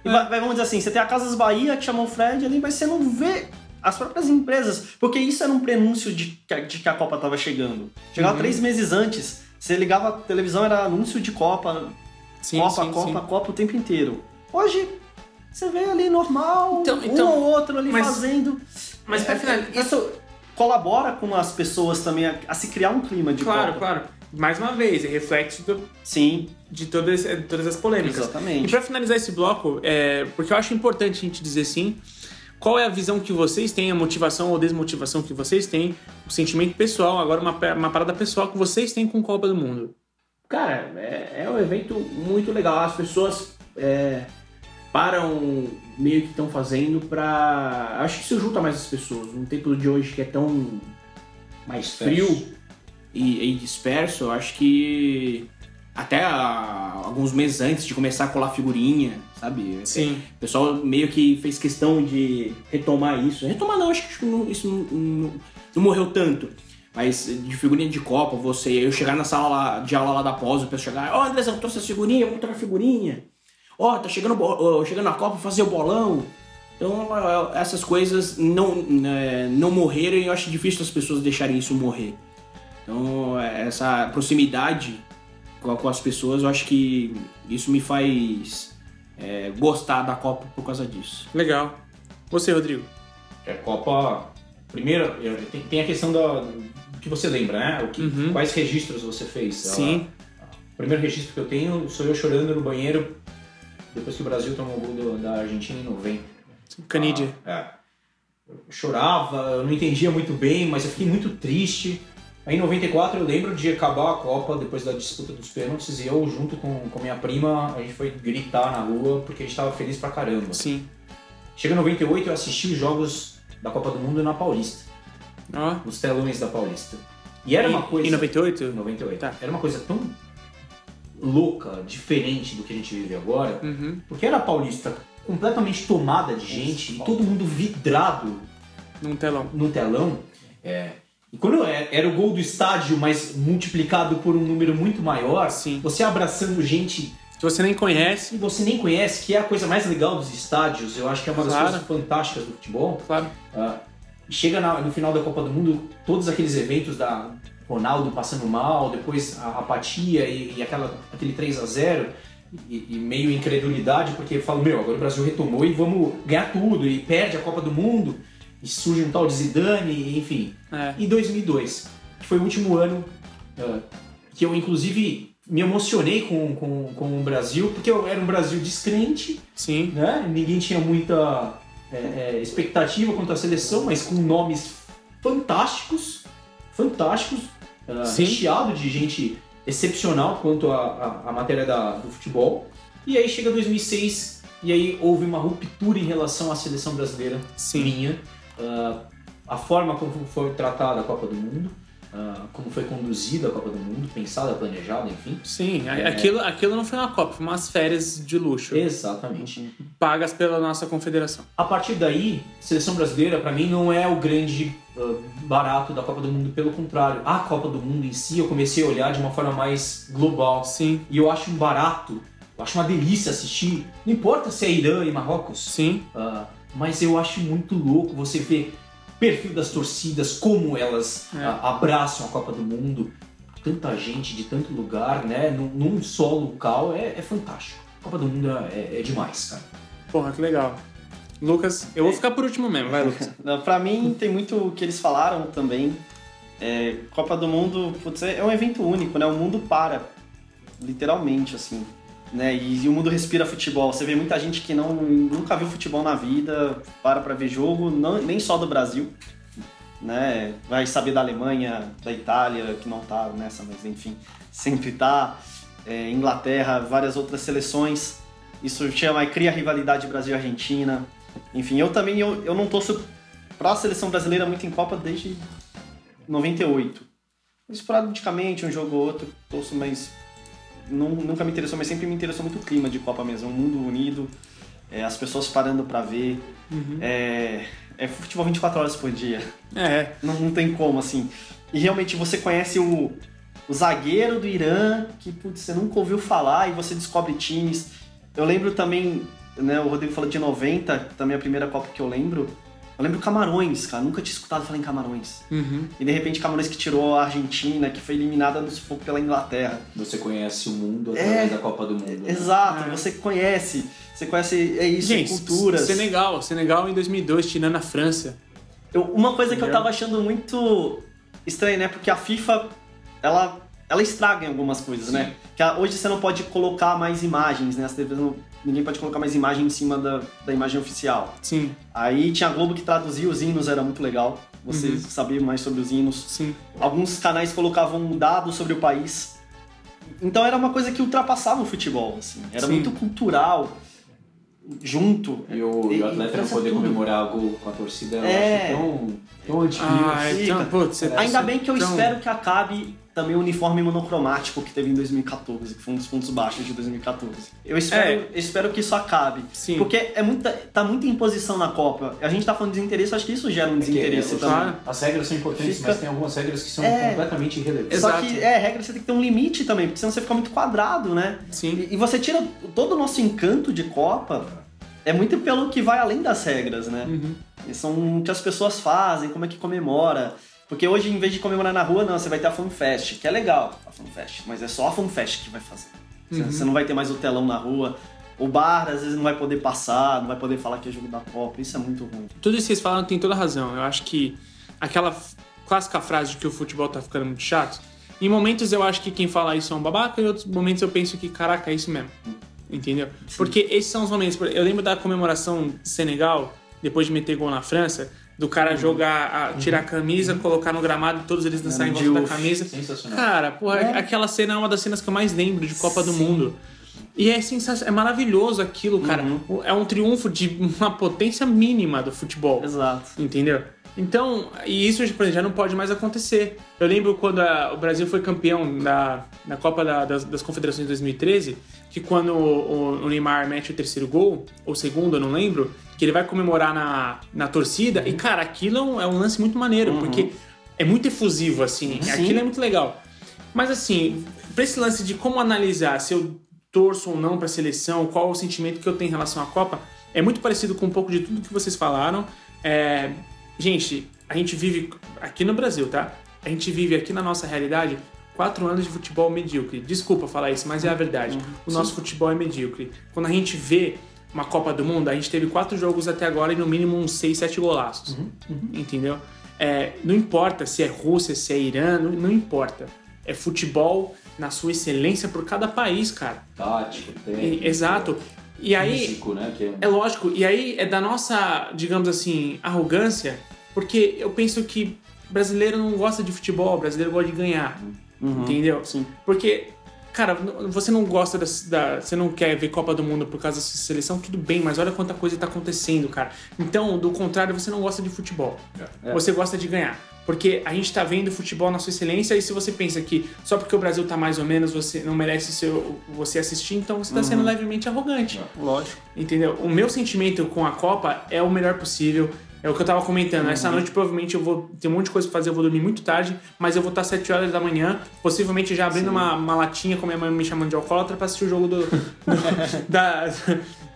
E: E vai- vai- vamos dizer assim, você tem a Casas Bahia que chamou o Fred ali, mas você não vê as próprias empresas. Porque isso era um prenúncio de, que a- de que a Copa estava chegando. Chegava
B: Uhum.
E: três meses antes. Você ligava a televisão, era anúncio de Copa,
B: Sim,
E: Copa,
B: sim,
E: Copa,
B: sim.
E: Copa o tempo inteiro. Hoje, você vê ali normal,
B: Então-
E: um
B: então-
E: ou outro ali
B: mas-
E: fazendo.
B: Mas
E: É,
B: pra finalizar,
E: Isso colabora com as pessoas também a, a se criar um clima de
B: claro,
E: Copa.
B: claro. Mais uma vez, é reflexo do-
E: Sim,
B: de todas, de todas as polêmicas. E
E: exatamente.
B: pra finalizar esse bloco, é, porque eu acho importante a gente dizer sim, qual é a visão que vocês têm, a motivação ou desmotivação que vocês têm, o sentimento pessoal, agora uma, pa- uma parada pessoal que vocês têm com Copa do Mundo.
C: Cara, é, é um evento muito legal. As pessoas é, param meio que estão fazendo pra. Acho que isso junta mais as pessoas. Num tempo de hoje que é tão mais
D: Disperso.
C: frio e, e disperso, eu acho que até a- alguns meses antes de começar a colar figurinha, sabe?
B: Sim.
C: O pessoal meio que fez questão de retomar isso. Retomar não, acho que não- isso não, não- não morreu tanto. Mas de figurinha de copa, você eu chegar na sala lá, de aula lá da pós, o pessoal chegar, ó, oh, Andrezão, trouxe a figurinha, vamos trocar figurinha. Ó, tá chegando, o bo- ó, chegando a copa, fazer o bolão. Então, ó, ó, essas coisas não, né, não morreram e eu acho difícil as pessoas deixarem isso morrer. Então, essa proximidade com, com as pessoas, eu acho que isso me faz é, gostar da Copa por causa disso.
B: Legal. Você, Rodrigo.
D: É a Copa. Primeiro, eu- tem, tem a questão da, do que você lembra, né? O que,
B: Uhum.
D: Quais registros você fez? Ela-
B: Sim.
D: O primeiro registro que eu tenho sou eu chorando no banheiro depois que o Brasil tomou o gol do- da Argentina em 90.
B: Canidia.
D: Ah, é. Eu chorava, eu não entendia muito bem, mas eu fiquei muito triste. Aí em 94 eu lembro de acabar a Copa depois da disputa dos pênaltis e eu, junto com, com minha prima, a gente foi gritar na rua porque a gente tava feliz pra caramba.
B: Sim.
D: Chega em 98, eu assisti os jogos da Copa do Mundo na Paulista,
B: Ó.
D: nos telões da Paulista. E era
B: E-
D: uma coisa.
B: Em 98?
D: 98.
B: Tá.
D: Era uma coisa tão louca, diferente do que a gente vive agora,
B: Uhum.
D: porque era a Paulista completamente tomada de gente e todo mundo vidrado
B: Num telão.
D: no telão. É, e quando é- era o gol do estádio, mas multiplicado por um número muito maior,
B: Sim.
D: você abraçando gente
B: que você nem conhece.
D: E você nem conhece, que é a coisa mais legal dos estádios, eu acho que é uma das
B: Claro.
D: coisas fantásticas do futebol.
B: Claro.
D: Ah, chega na- no final da Copa do Mundo, todos aqueles eventos da Ronaldo passando mal, depois a apatia e, e aquela, aquele 3 a 0 e, e meio incredulidade, porque fala, meu, agora o Brasil retomou e vamos ganhar tudo, e perde a Copa do Mundo, e surge um tal de Zidane, e, enfim.
B: É.
D: Em 2002, que foi o último ano ah, que eu, inclusive, me emocionei com, com, com o Brasil, porque eu era um Brasil descrente,
B: Sim.
D: né? Ninguém tinha muita é, é, expectativa quanto à seleção, mas com nomes fantásticos, fantásticos, ah,
B: Sim.
D: recheado de gente excepcional quanto à à- à matéria da- do futebol. E aí chega 2006 e aí houve uma ruptura em relação à seleção brasileira
B: Sim.
D: minha, ah, a forma como foi tratada a Copa do Mundo, ah, como foi conduzida a Copa do Mundo, pensada, planejada, enfim.
B: Sim. A- Aquilo, aquilo não foi uma Copa, foi umas férias de luxo
D: Exatamente.
B: pagas pela nossa confederação.
D: A partir daí, seleção brasileira, pra mim, não é o grande ah, barato da Copa do Mundo, pelo contrário. A Copa do Mundo em si, eu comecei a olhar de uma forma mais global.
B: Sim.
D: E eu acho um barato, eu acho uma delícia assistir. Não importa se é Irã e Marrocos,
B: Sim.
D: ah, mas eu acho muito louco você ver o perfil das torcidas, como elas
B: É.
D: ah, abraçam a Copa do Mundo. Tanta gente de tanto lugar, né? Num, num só local, é, é fantástico. A Copa do Mundo é- é- é demais, cara.
B: Porra, que legal. Lucas, eu vou ficar por último mesmo, vai, Lucas.
E: Não, Pra mim, tem muito o que eles falaram também. É, Copa do Mundo, putz, é é um evento único, né? O mundo para, literalmente, assim. Né? E, e o mundo respira futebol. Você vê muita gente que não, nunca viu futebol na vida, para pra ver jogo, não- nem só do Brasil. Né? Vai saber da Alemanha, da Itália, que não tá nessa, mas enfim, sempre tá. É, Inglaterra, várias outras seleções. Isso chama, cria rivalidade Brasil-Argentina. Enfim, eu também eu, eu não torço pra seleção brasileira muito em Copa desde 98. Esporadicamente, um jogo ou outro, torço, mas nu- nunca me interessou, mas sempre me interessou muito o clima de Copa mesmo, o mundo unido, é, as pessoas parando pra ver. É, é futebol 24 horas por dia.
B: É,
E: Não, não tem como, assim. E realmente você conhece o, o zagueiro do Irã, que putz, você nunca ouviu falar, e você descobre times. Eu lembro também, né, o Rodrigo falou de 90, também a primeira Copa que eu lembro. Eu lembro Camarões, cara, nunca tinha escutado falar em Camarões.
B: uhum.
E: E de repente Camarões que tirou a Argentina, que foi eliminada no sufoco pela Inglaterra.
D: Você conhece o mundo
E: É.
D: através da Copa do Mundo. né?
E: Exato,
B: É.
E: você conhece, você conhece, é isso,
B: Gente,
E: culturas.
B: Senegal, Senegal em 2002, tirando a França.
E: Eu- uma coisa que eu
B: Entendeu?
E: tava achando muito estranha, né? Porque a FIFA, ela, ela estraga em algumas coisas, né? Que a- hoje você não pode colocar mais imagens, né? As TVs não- ninguém pode colocar mais imagem em cima da, da imagem oficial.
B: Sim,
E: Aí tinha a Globo que traduzia os hinos, era muito legal. Você
B: Uhum.
E: saber mais sobre os hinos.
B: sim.
E: Alguns canais colocavam dados sobre o país. Então era uma coisa que ultrapassava o futebol, assim. Era
B: Sim.
E: muito cultural, junto.
D: E o, e o
E: E-
D: atleta
E: e
D: não poder
E: tudo.
D: comemorar gol com a torcida, eu
E: É.
D: acho tão, tão anticlima.
B: Ah,
E: fica.
B: então, putz, você-
E: Ainda bem que eu
B: então-
E: espero que acabe também o uniforme monocromático que teve em 2014, que foi um dos pontos baixos de 2014. Eu espero, eu espero que isso acabe.
B: É. Sim.
E: Porque é muita, tá muita imposição na Copa. A gente tá falando de desinteresse, acho que isso gera um
D: Porque,
E: desinteresse
D: é,
E: também.
B: claro.
D: As regras são importantes,
E: Fica-
D: mas tem algumas regras que são
E: É.
D: completamente irrelevantes.
E: Só
B: Exato.
E: que, é, regra você tem que ter um limite também, porque senão você fica muito quadrado, né?
B: Sim,
E: E, e você tira todo o nosso encanto de Copa, é muito pelo que vai além das regras, né?
B: Uhum.
E: E São o que as pessoas fazem, como é que comemora. Porque hoje, em vez de comemorar na rua, não, você vai ter a FanFest, que é legal, a FanFest. Mas é só a FanFest que vai fazer. Você-
B: Uhum.
E: Você não vai ter mais o telão na rua. O bar, às vezes, não vai poder passar, não vai poder falar que é jogo da Copa. Isso é muito ruim.
B: tudo isso que vocês falaram tem toda razão. Eu acho que aquela f- clássica frase de que o futebol tá ficando muito chato, em momentos eu acho que quem fala isso é um babaca, e em outros momentos eu penso que, caraca, é isso mesmo. Entendeu? Porque esses são os momentos. por- Eu lembro da comemoração de Senegal, depois de meter gol na França, do cara jogar, a- tirar a camisa, colocar no gramado e todos eles dançarem em volta da
E: Diouf.
B: camisa.
D: Sensacional.
B: Cara, porra, aquela cena é uma das cenas que eu mais lembro de Copa do Mundo. E é sensacional, é maravilhoso aquilo, cara. É um triunfo de uma potência mínima do futebol.
E: Exato.
B: Entendeu? Então, e isso por exemplo, já não pode mais acontecer. Eu lembro quando a- o Brasil foi campeão da, na Copa da- das, das Confederações de 2013, que quando o, o Neymar mete o terceiro gol, ou segundo, eu não lembro, que ele vai comemorar na, na torcida. E, cara, aquilo é um, é um lance muito maneiro, porque é muito efusivo, assim.
E: Sim.
B: Aquilo é muito legal. Mas, assim, pra esse lance de como analisar se eu torço ou não para a seleção, qual o sentimento que eu tenho em relação à Copa, é muito parecido com um pouco de tudo que vocês falaram. É, gente, a gente vive aqui no Brasil, tá? A gente vive aqui na nossa realidade quatro anos de futebol medíocre. Desculpa falar isso, mas é a verdade. O nosso futebol é medíocre. Quando a gente vê uma Copa do Mundo, a gente teve quatro jogos até agora e no mínimo uns seis, sete golaços. Entendeu? É, não importa se é Rússia, se é Irã, não, não importa. É futebol na sua excelência por cada país, cara.
D: Tático,
B: E-
D: técnico,
B: exato. E aí,
D: físico, né? Que é-
B: é lógico, e aí é da nossa, digamos assim, arrogância, porque eu penso que brasileiro não gosta de futebol, brasileiro gosta de ganhar. Entendeu?
E: Sim.
B: Porque, cara, n- você não gosta da, da- Você não quer ver Copa do Mundo por causa da sua seleção, tudo bem, mas olha quanta coisa tá acontecendo, cara. Então, do contrário, você não gosta de futebol.
D: É.
B: Você gosta de ganhar. Porque a gente tá vendo futebol na sua excelência, e se você pensa que só porque o Brasil tá mais ou menos, você não merece seu, você assistir, então você tá sendo levemente arrogante.
E: Lógico.
B: Entendeu? O meu sentimento com a Copa é o melhor possível. É o que eu tava comentando. Essa noite provavelmente eu vou ter um monte de coisa pra fazer, eu vou dormir muito tarde, mas eu vou estar às 7 horas da manhã, possivelmente já abrindo uma, uma latinha com minha mãe me chamando de alcoólatra pra assistir o jogo do, do- da,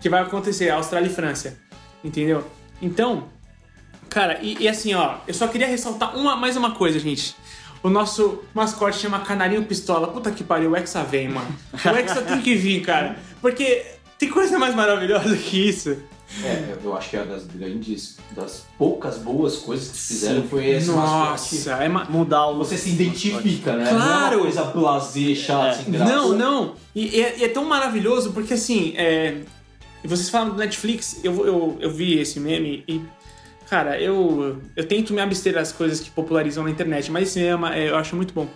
B: que vai acontecer, Austrália e França. Entendeu? Então, cara, e, e assim, ó, eu só queria ressaltar uma, mais uma coisa, gente. O nosso mascote chama Canarinho Pistola. Puta que pariu, o Hexa vem, mano. O Hexa tem que vir, cara. Porque tem coisa mais maravilhosa que isso.
D: É, eu acho que é das grandes, das poucas boas coisas que fizeram foi esse mascote.
B: Nossa, é ma...
E: Mudar o.
D: Você se identifica, né? Não é
B: Claro! É.
D: uma coisa blasé, chata, sem graça.
B: Não, não. E, e é, e é tão maravilhoso porque assim, é... vocês falam do Netflix, eu, eu, eu vi esse meme e. Cara, eu, eu tento me abster das coisas que popularizam na internet, mas esse meme é, eu acho muito bom.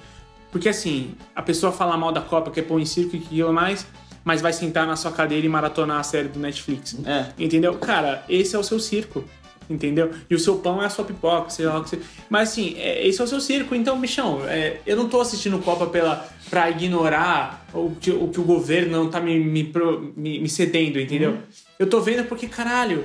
B: Porque assim, a pessoa fala mal da Copa, quer pôr em circo e que aquilo mais, mas vai sentar na sua cadeira e maratonar a série do Netflix.
E: É.
B: Entendeu? Cara, esse é o seu circo. Entendeu? E o seu pão é a sua pipoca, sei lá o que você. Mas assim, é- esse é o seu circo, então, bichão, é, eu não tô assistindo Copa pela, pra ignorar o que o, que o governo não tá me, me, pro- me- me cedendo, entendeu? Eu tô vendo porque, caralho,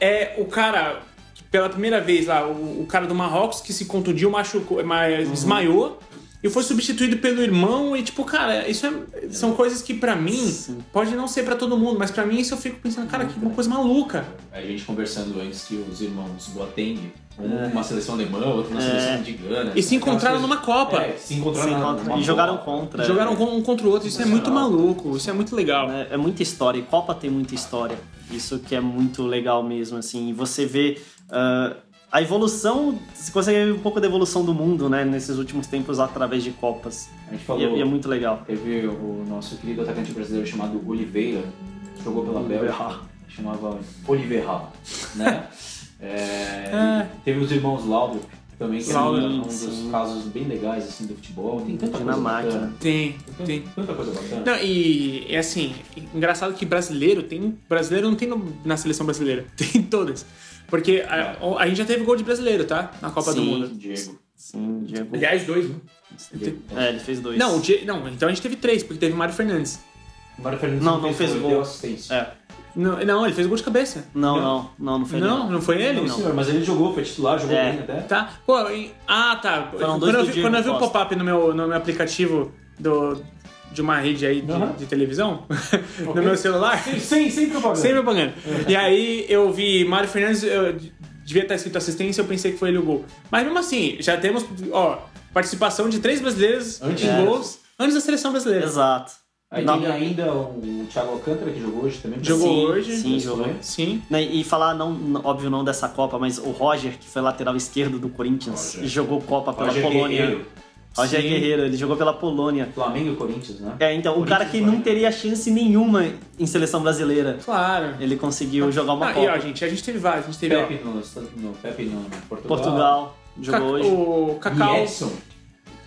B: é o cara, que pela primeira vez lá, o, o cara do Marrocos que se contundiu, machucou, ma- desmaiou e foi substituído pelo irmão. E tipo, cara, isso é- são coisas que pra mim, pode não ser pra todo mundo, mas pra mim isso eu fico pensando, cara, que uma coisa maluca.
D: A gente conversando antes que os irmãos Boateng, um
E: É.
D: uma seleção alemã, outro na seleção de Gana. né?
B: E se encontraram numa Copa.
D: É, se encontraram
E: Sim,
D: na-
E: contra-
D: numa
E: E jogaram
D: Copa.
E: contra. é.
B: Jogaram um contra o outro, isso é muito maluco, isso é muito legal.
E: né? É muita história, e Copa tem muita história. Isso que é muito legal mesmo, assim. E você vê ah, a evolução, você consegue ver um pouco da evolução do mundo, né? Nesses últimos tempos através de Copas.
D: A gente
E: E,
D: falou,
E: é- e é muito legal.
D: teve o nosso querido atacante brasileiro chamado Oliveira, que jogou pela Bélgica, chamava Oliveira, né? É, e Teve os irmãos Lauber também, que
B: Lauber,
D: é um dos
E: sim.
D: casos bem legais assim do futebol. Tem tanta coisa
E: Dinamarca,
D: bacana.
B: Tem, tem.
D: Tem tanta coisa bacana.
B: Não, e é assim, engraçado que brasileiro tem. Brasileiro não tem no- na seleção brasileira, tem em todas. Porque a, a gente já teve gol de brasileiro, tá? Na Copa do
E: Sim.
B: Mundo.
D: Diego.
E: Sim, Diego.
B: Aliás, dois, né?
E: É, ele fez dois.
B: Não, o Die- não, então a gente teve três, porque teve Mário Fernandes.
D: Mário Fernandes
E: Não, não fez
D: ele
E: gol.
D: deu assistência.
E: É.
B: Não, não, ele fez gol de cabeça.
E: Não, não, não, não foi ele,
B: Não, não foi ele?
D: Não, senhor, mas ele jogou, foi titular, jogou
E: É.
D: bem até.
B: Tá? Pô, em- ah, tá.
E: Foram
B: quando,
E: dois
B: eu
E: do
B: vi,
E: Diego
B: quando eu vi o
E: Costa.
B: pop-up no meu, no meu aplicativo do, de uma rede aí de,
D: Aham.
B: de televisão, no meu celular,
D: Sem, sem propaganda.
B: Sem propaganda. E aí eu vi Mário Fernandes, eu d- devia estar escrito assistência, eu pensei que foi ele o gol. Mas mesmo assim, já temos, ó, participação de três brasileiros
D: Antes
B: em
D: da-
B: gols antes da seleção brasileira.
E: Exato.
D: Aí
E: Não.
D: tem ainda o Thiago Alcântara, que jogou hoje também.
B: Jogou
E: Sim,
B: hoje.
E: Sim, jogou.
B: Sim.
E: Né, E falar, não, n- óbvio, não dessa Copa, mas o Roger, que foi lateral esquerdo do Corinthians,
D: Roger.
E: e jogou Copa pela
D: Roger
E: Tá Polônia.
D: Guerreiro.
E: Roger
B: Sim.
E: Guerreiro, ele jogou pela Polônia.
D: Flamengo e Corinthians, né?
E: É, então, o cara que não teria chance nenhuma em seleção brasileira,
B: Claro.
E: ele conseguiu jogar É uma
B: Ah,
E: Copa.
B: e ó, gente, a gente teve vários. A gente teve ó,
D: Pepe no, no, Pepe no Portugal.
E: Portugal jogou
B: Ca-
E: hoje.
B: o Cacau.
D: E Edson.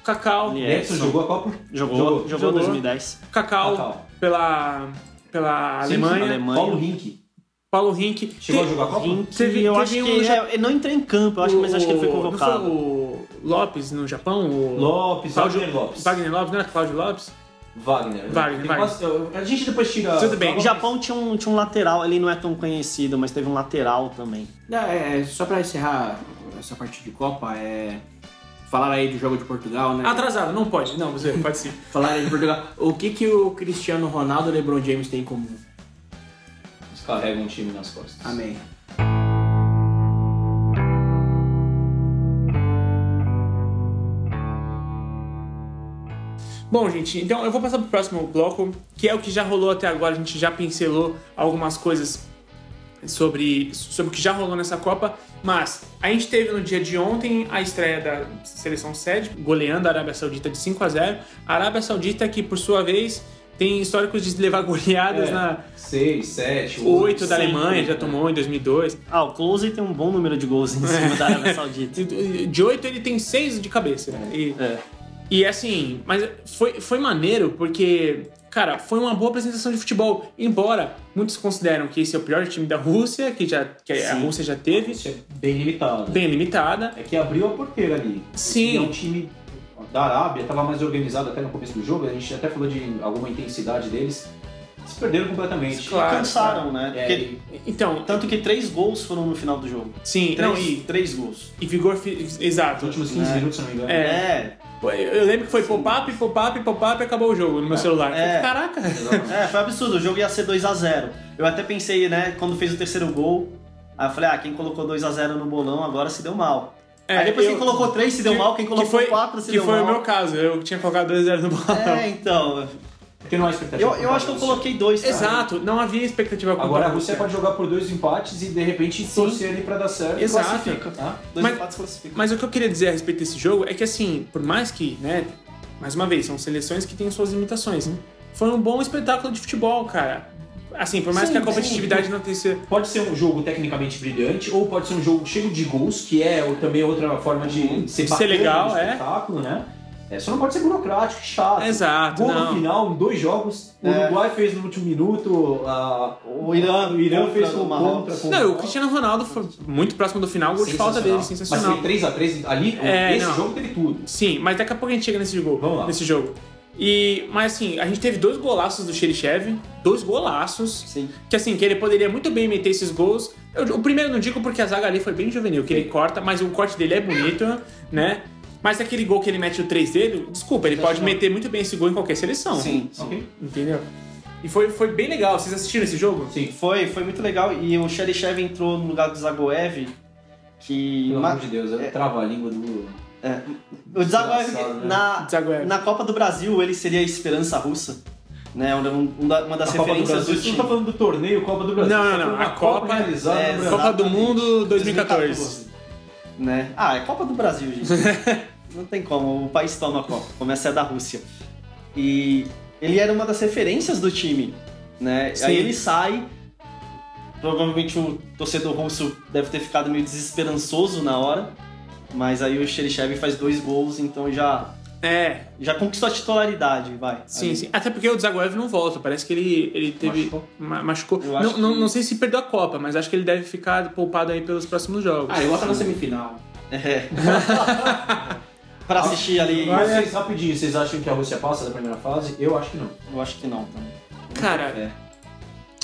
B: Cacau.
E: E
D: Edson
E: Edson.
D: jogou a Copa?
E: Jogou,
D: Jogou,
E: jogou,
B: jogou.
E: 2010.
B: Cacau.
D: Cacau.
B: Pela, pela
D: Sim,
B: Alemanha.
E: Alemanha.
D: Paulo Henrique.
B: Paulo Henrique.
D: Chegou
B: Te-
D: a jogar a Copa?
E: Em que
B: Teve-
E: eu
B: teve
E: acho
B: um
E: que
B: ja-
E: é, ele não entrou em campo, eu acho, mas acho que ele foi
B: o- não
E: convocado.
B: foi o Lopes no Japão? O
D: Lopes,
B: Cláudio-
D: Wagner Lopes.
B: Wagner Lopes, não era Cláudio Lopes?
D: Wagner. né?
B: Wagner,
D: Tem
B: Wagner.
D: quase- eu- a gente depois tira...
B: Tudo bem,
E: O Japão tinha um, tinha um lateral, ele não é tão conhecido, mas teve um lateral também.
C: Não, é, é, só pra encerrar essa parte de Copa, é, Falaram aí do jogo de Portugal, né?
B: Atrasado, não pode. Não, você pode sim.
C: Falaram aí de Portugal. O que, que o Cristiano Ronaldo e o LeBron James têm em comum?
D: Eles carregam um time nas costas.
C: Amém.
B: Bom, gente, então eu vou passar pro próximo bloco, que é o que já rolou até agora. A gente já pincelou algumas coisas sobre, sobre o que já rolou nessa Copa, mas a gente teve no dia de ontem a estreia da seleção sede, goleando a Arábia Saudita de 5 a 0 A Arábia Saudita, que por sua vez tem históricos de levar goleadas
D: É.
B: na
D: 6, 7,
B: 8 da
D: cinco,
B: Alemanha, já
D: né?
B: tomou em 2002.
F: Ah, o Close tem um bom número de gols em cima da Arábia Saudita.
B: De 8 ele tem 6 de cabeça. né? E-
F: É.
B: E assim, mas foi, foi maneiro porque, cara, foi uma boa apresentação de futebol. Embora muitos consideram que esse é o pior time da Rússia, que, já, que a
D: Sim.
B: Rússia já teve,
D: Isso é bem limitado.
B: bem limitada.
D: É que abriu a porteira ali.
B: Sim.
D: E é um time da Arábia, estava mais organizado até no começo do jogo, a gente até falou de alguma intensidade deles. Se perderam completamente.
B: Claro.
E: Cansaram, né?
D: É,
E: Porque-
D: e-
B: Então,
E: tanto que três gols foram no final do jogo.
B: sim,
E: Três,
B: não, e,
E: três gols.
B: e vigor físico.
D: nos
B: Exato.
D: últimos 15 minutos, se não me engano.
E: É.
B: Eu eu lembro que foi pop-up, pop-up, pop-up e acabou o jogo no meu celular.
E: É.
B: Caraca!
E: É, foi um absurdo. O jogo ia ser 2 a 0 Eu até pensei, né, quando fez o terceiro gol, aí eu falei, ah, quem colocou 2 a 0 no bolão agora se deu mal.
B: É,
E: aí depois
B: eu-
E: quem colocou 3 se deu
B: que-
E: mal, quem
B: que
E: colocou
B: foi-
E: 4 se
B: Que
E: deu
B: foi
E: mal.
B: o meu caso, eu tinha colocado 2x0 no bolão.
E: É, então.
D: Porque não há expectativa.
E: Eu, eu acho que eu coloquei dois. tá? cara.
B: Exato, não havia expectativa contra
D: Agora a Rússia é pode jogar por dois empates e de repente torcer ali pra dar certo.
B: Exato.
D: Classifica, tá?
E: Dois
B: Mas-
E: empates classificam.
B: Mas o que eu queria dizer a respeito desse jogo é que, assim, por mais que, né, mais uma vez, são seleções que têm suas limitações, foi um bom espetáculo de futebol, cara. Assim, por mais
D: Sim,
B: que a competitividade não tenha sido.
D: Pode ser um jogo tecnicamente brilhante, ou pode ser um jogo cheio de gols, que é o- também outra forma de ser,
B: de Uhum. ser
D: bacana,
B: legal,
D: de
B: é.
D: espetáculo, né? É, só não pode ser burocrático, chato.
B: Exato,
D: Gol no
B: não.
D: final, em dois jogos. O
E: É.
D: Uruguai fez no último minuto, a-
E: O Irã,
D: o Irã
E: contra
D: fez
E: o
D: com
E: Marrocos.
D: contra. Com
B: Não, e o Cristiano Ronaldo foi muito próximo do final, o gol de falta dele,
D: Mas
B: sensacional.
D: foi 3x3 ali,
B: É,
D: esse
B: não.
D: jogo teve tudo.
B: Sim, mas daqui a pouco a gente chega nesse jogo.
D: Vamos lá.
B: Nesse jogo. E, mas assim, a gente teve dois golaços do Xerichev, dois golaços.
E: Sim.
B: Que assim, que ele poderia muito bem meter esses gols. Eu- o primeiro eu não digo porque a zaga ali foi bem juvenil, que ele corta, mas o corte dele é bonito, né? Mas aquele gol que ele mete o 3 dele, desculpa, ele pode meter muito bem esse gol em qualquer seleção.
E: Tá Sim, sim.
D: Ok?
B: Entendeu? E foi, foi bem legal. Vocês assistiram esse jogo?
D: Sim.
E: Foi, foi muito legal. E o Sherichev entrou no lugar do Zagoev, que.
D: Pelo
E: ma-
D: amor de Deus,
E: é-
D: eu trava a língua do.
E: O Zagoev,
D: Engraçado, né?
E: na,
B: Zagoev.
E: na Copa do Brasil, ele seria a esperança russa. Né? Um, um da- uma das
D: A Copa do
E: referências
D: Brasil.
E: do
D: Você não
E: time.
D: tá falando do torneio Copa do Brasil.
B: Não, não,
D: você tá
B: não.
D: falando
B: A
D: da
B: Copa-
D: realizada né?
E: é,
D: no Brasil.
B: Copa do
E: Exatamente.
B: Mundo 2014.
E: 2014. Né? Ah, é Copa do Brasil, gente. Não tem como, o país toma a Copa, começa a da Rússia. E ele era uma das referências do time, né?
B: Sim.
E: Aí ele sai, provavelmente o torcedor russo deve ter ficado meio desesperançoso na hora, mas aí o Xerichev faz dois gols, então já,
B: É,
E: já conquistou a titularidade, vai.
B: sim,
E: Aí-
B: sim. Até porque o Zagoev não volta. Parece que ele, ele teve.
D: Machucou.
B: ma- Machucou.
E: Eu acho
B: Não, não,
E: que-
B: não sei se perdeu a Copa, mas acho que ele deve ficar poupado aí pelos próximos jogos.
C: Ah, eu gosto na semifinal.
E: É. pra
D: Ah,
E: assistir
B: é-
E: ali,
D: Mas vocês, rapidinho, vocês acham que a Rússia passa da primeira fase? Eu acho que não.
E: eu acho que não. também.
B: Cara,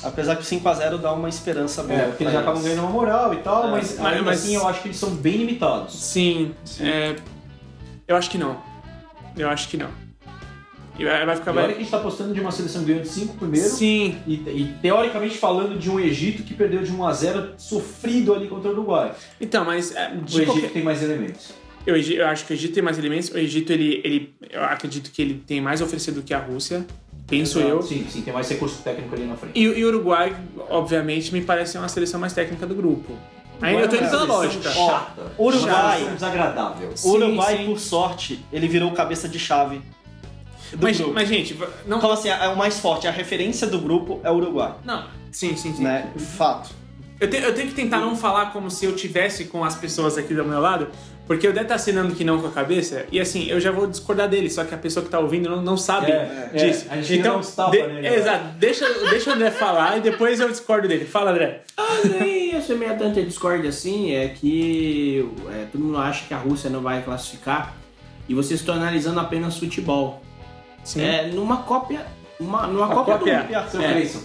E: Apesar que o 5x0 dá uma esperança boa.
D: É,
E: pra
D: porque eles já acabam
E: eles.
D: ganhando uma moral e tal,
E: É,
D: mas,
B: mas-
D: ainda
B: mas-
D: assim eu acho que eles são bem limitados.
B: Sim, é, eu acho que não. Eu acho que não. E vai vai ficar.
D: Agora que
B: Vai...
D: a gente tá postando de uma seleção que ganhou de 5 primeiro,
B: Sim,
D: e, e teoricamente falando de um Egito que perdeu de 1 a 0 sofrido ali contra o Uruguai.
B: então, mas é,
D: O
B: de
D: Egito
B: qualquer-
D: tem mais elementos.
B: eu, Egi- eu acho que o Egito tem mais elementos. O Egito, ele, ele, eu acredito que ele tem mais a oferecer do que a Rússia, penso eu.
D: Sim, sim, tem mais recurso técnico ali na frente.
B: E, e o Uruguai, obviamente, me parece uma seleção mais técnica do grupo. Ainda eu tô indo pela lógica.
D: Chata.
E: Uruguai.
D: Chata, Desagradável.
E: O
B: Sim,
E: Uruguai,
B: sim.
E: por sorte, ele virou cabeça de chave do
B: Mas,
E: grupo.
B: mas, gente, não.
E: Então, assim, é o mais forte, a referência do grupo é o Uruguai,
B: Não. Sim, sim, sim.
E: né? Fato.
B: Eu, te- eu tenho que tentar não falar como se eu tivesse com as pessoas aqui do meu lado, porque eu deve estar assinando que não com a cabeça, e assim, eu já vou discordar dele, só que a pessoa que tá ouvindo não, não sabe
D: É, é,
B: disso.
D: a gente ainda dá uns tapa
B: de-
D: nele,
B: é,
D: né?
B: exato, deixa, deixa o André falar e depois eu discordo dele. Fala, André.
C: Ah, nem isso é meio tanta discórdia assim, é que é, todo mundo acha que a Rússia não vai classificar e vocês estão analisando apenas futebol.
B: Sim.
C: É, numa cópia. Uma, numa
B: Uma
C: Copa
B: cópia.
C: do
D: Seu
C: É.
D: Cleison.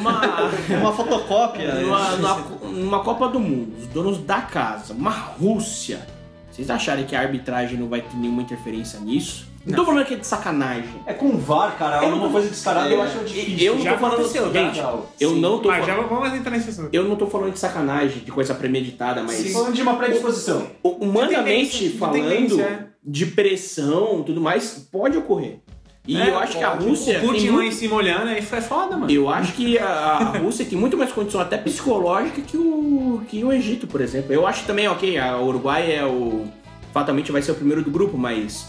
C: uma,
E: Uma fotocópia.
C: ah, numa, numa- numa Copa do Mundo, os donos da casa, uma Rússia, Vocês acharem que a arbitragem não vai ter nenhuma interferência nisso? Não, tô falando que é de sacanagem.
D: É com o VAR, cara. É
C: Eu não
D: uma
C: tô-
D: coisa descarada, eu
C: É,
D: acho difícil.
C: eu não
B: Já
C: tô falando
B: aconteceu, tá?
C: gente, eu
D: Sim.
C: não tô
B: Ah,
C: falando,
B: já vamos entrar nesse assunto.
C: eu não tô falando de sacanagem, de coisa premeditada, mas
D: Tô falando de uma predisposição.
C: hu- humanamente
B: De tendência, de
C: falando,
B: tendência,
C: de,
B: é.
C: pressão, tudo mais, pode ocorrer. E
B: É,
C: eu acho que a
B: pode.
C: Rússia
B: O Putin
C: tem
B: lá
C: muito-
B: em cima olhando, aí foi foda, mano.
C: Eu acho que a, a Rússia tem muito mais condição até psicológica que o, que o Egito, por exemplo. Eu acho também, ok, a Uruguai é o. Fatalmente vai ser o primeiro do grupo, mas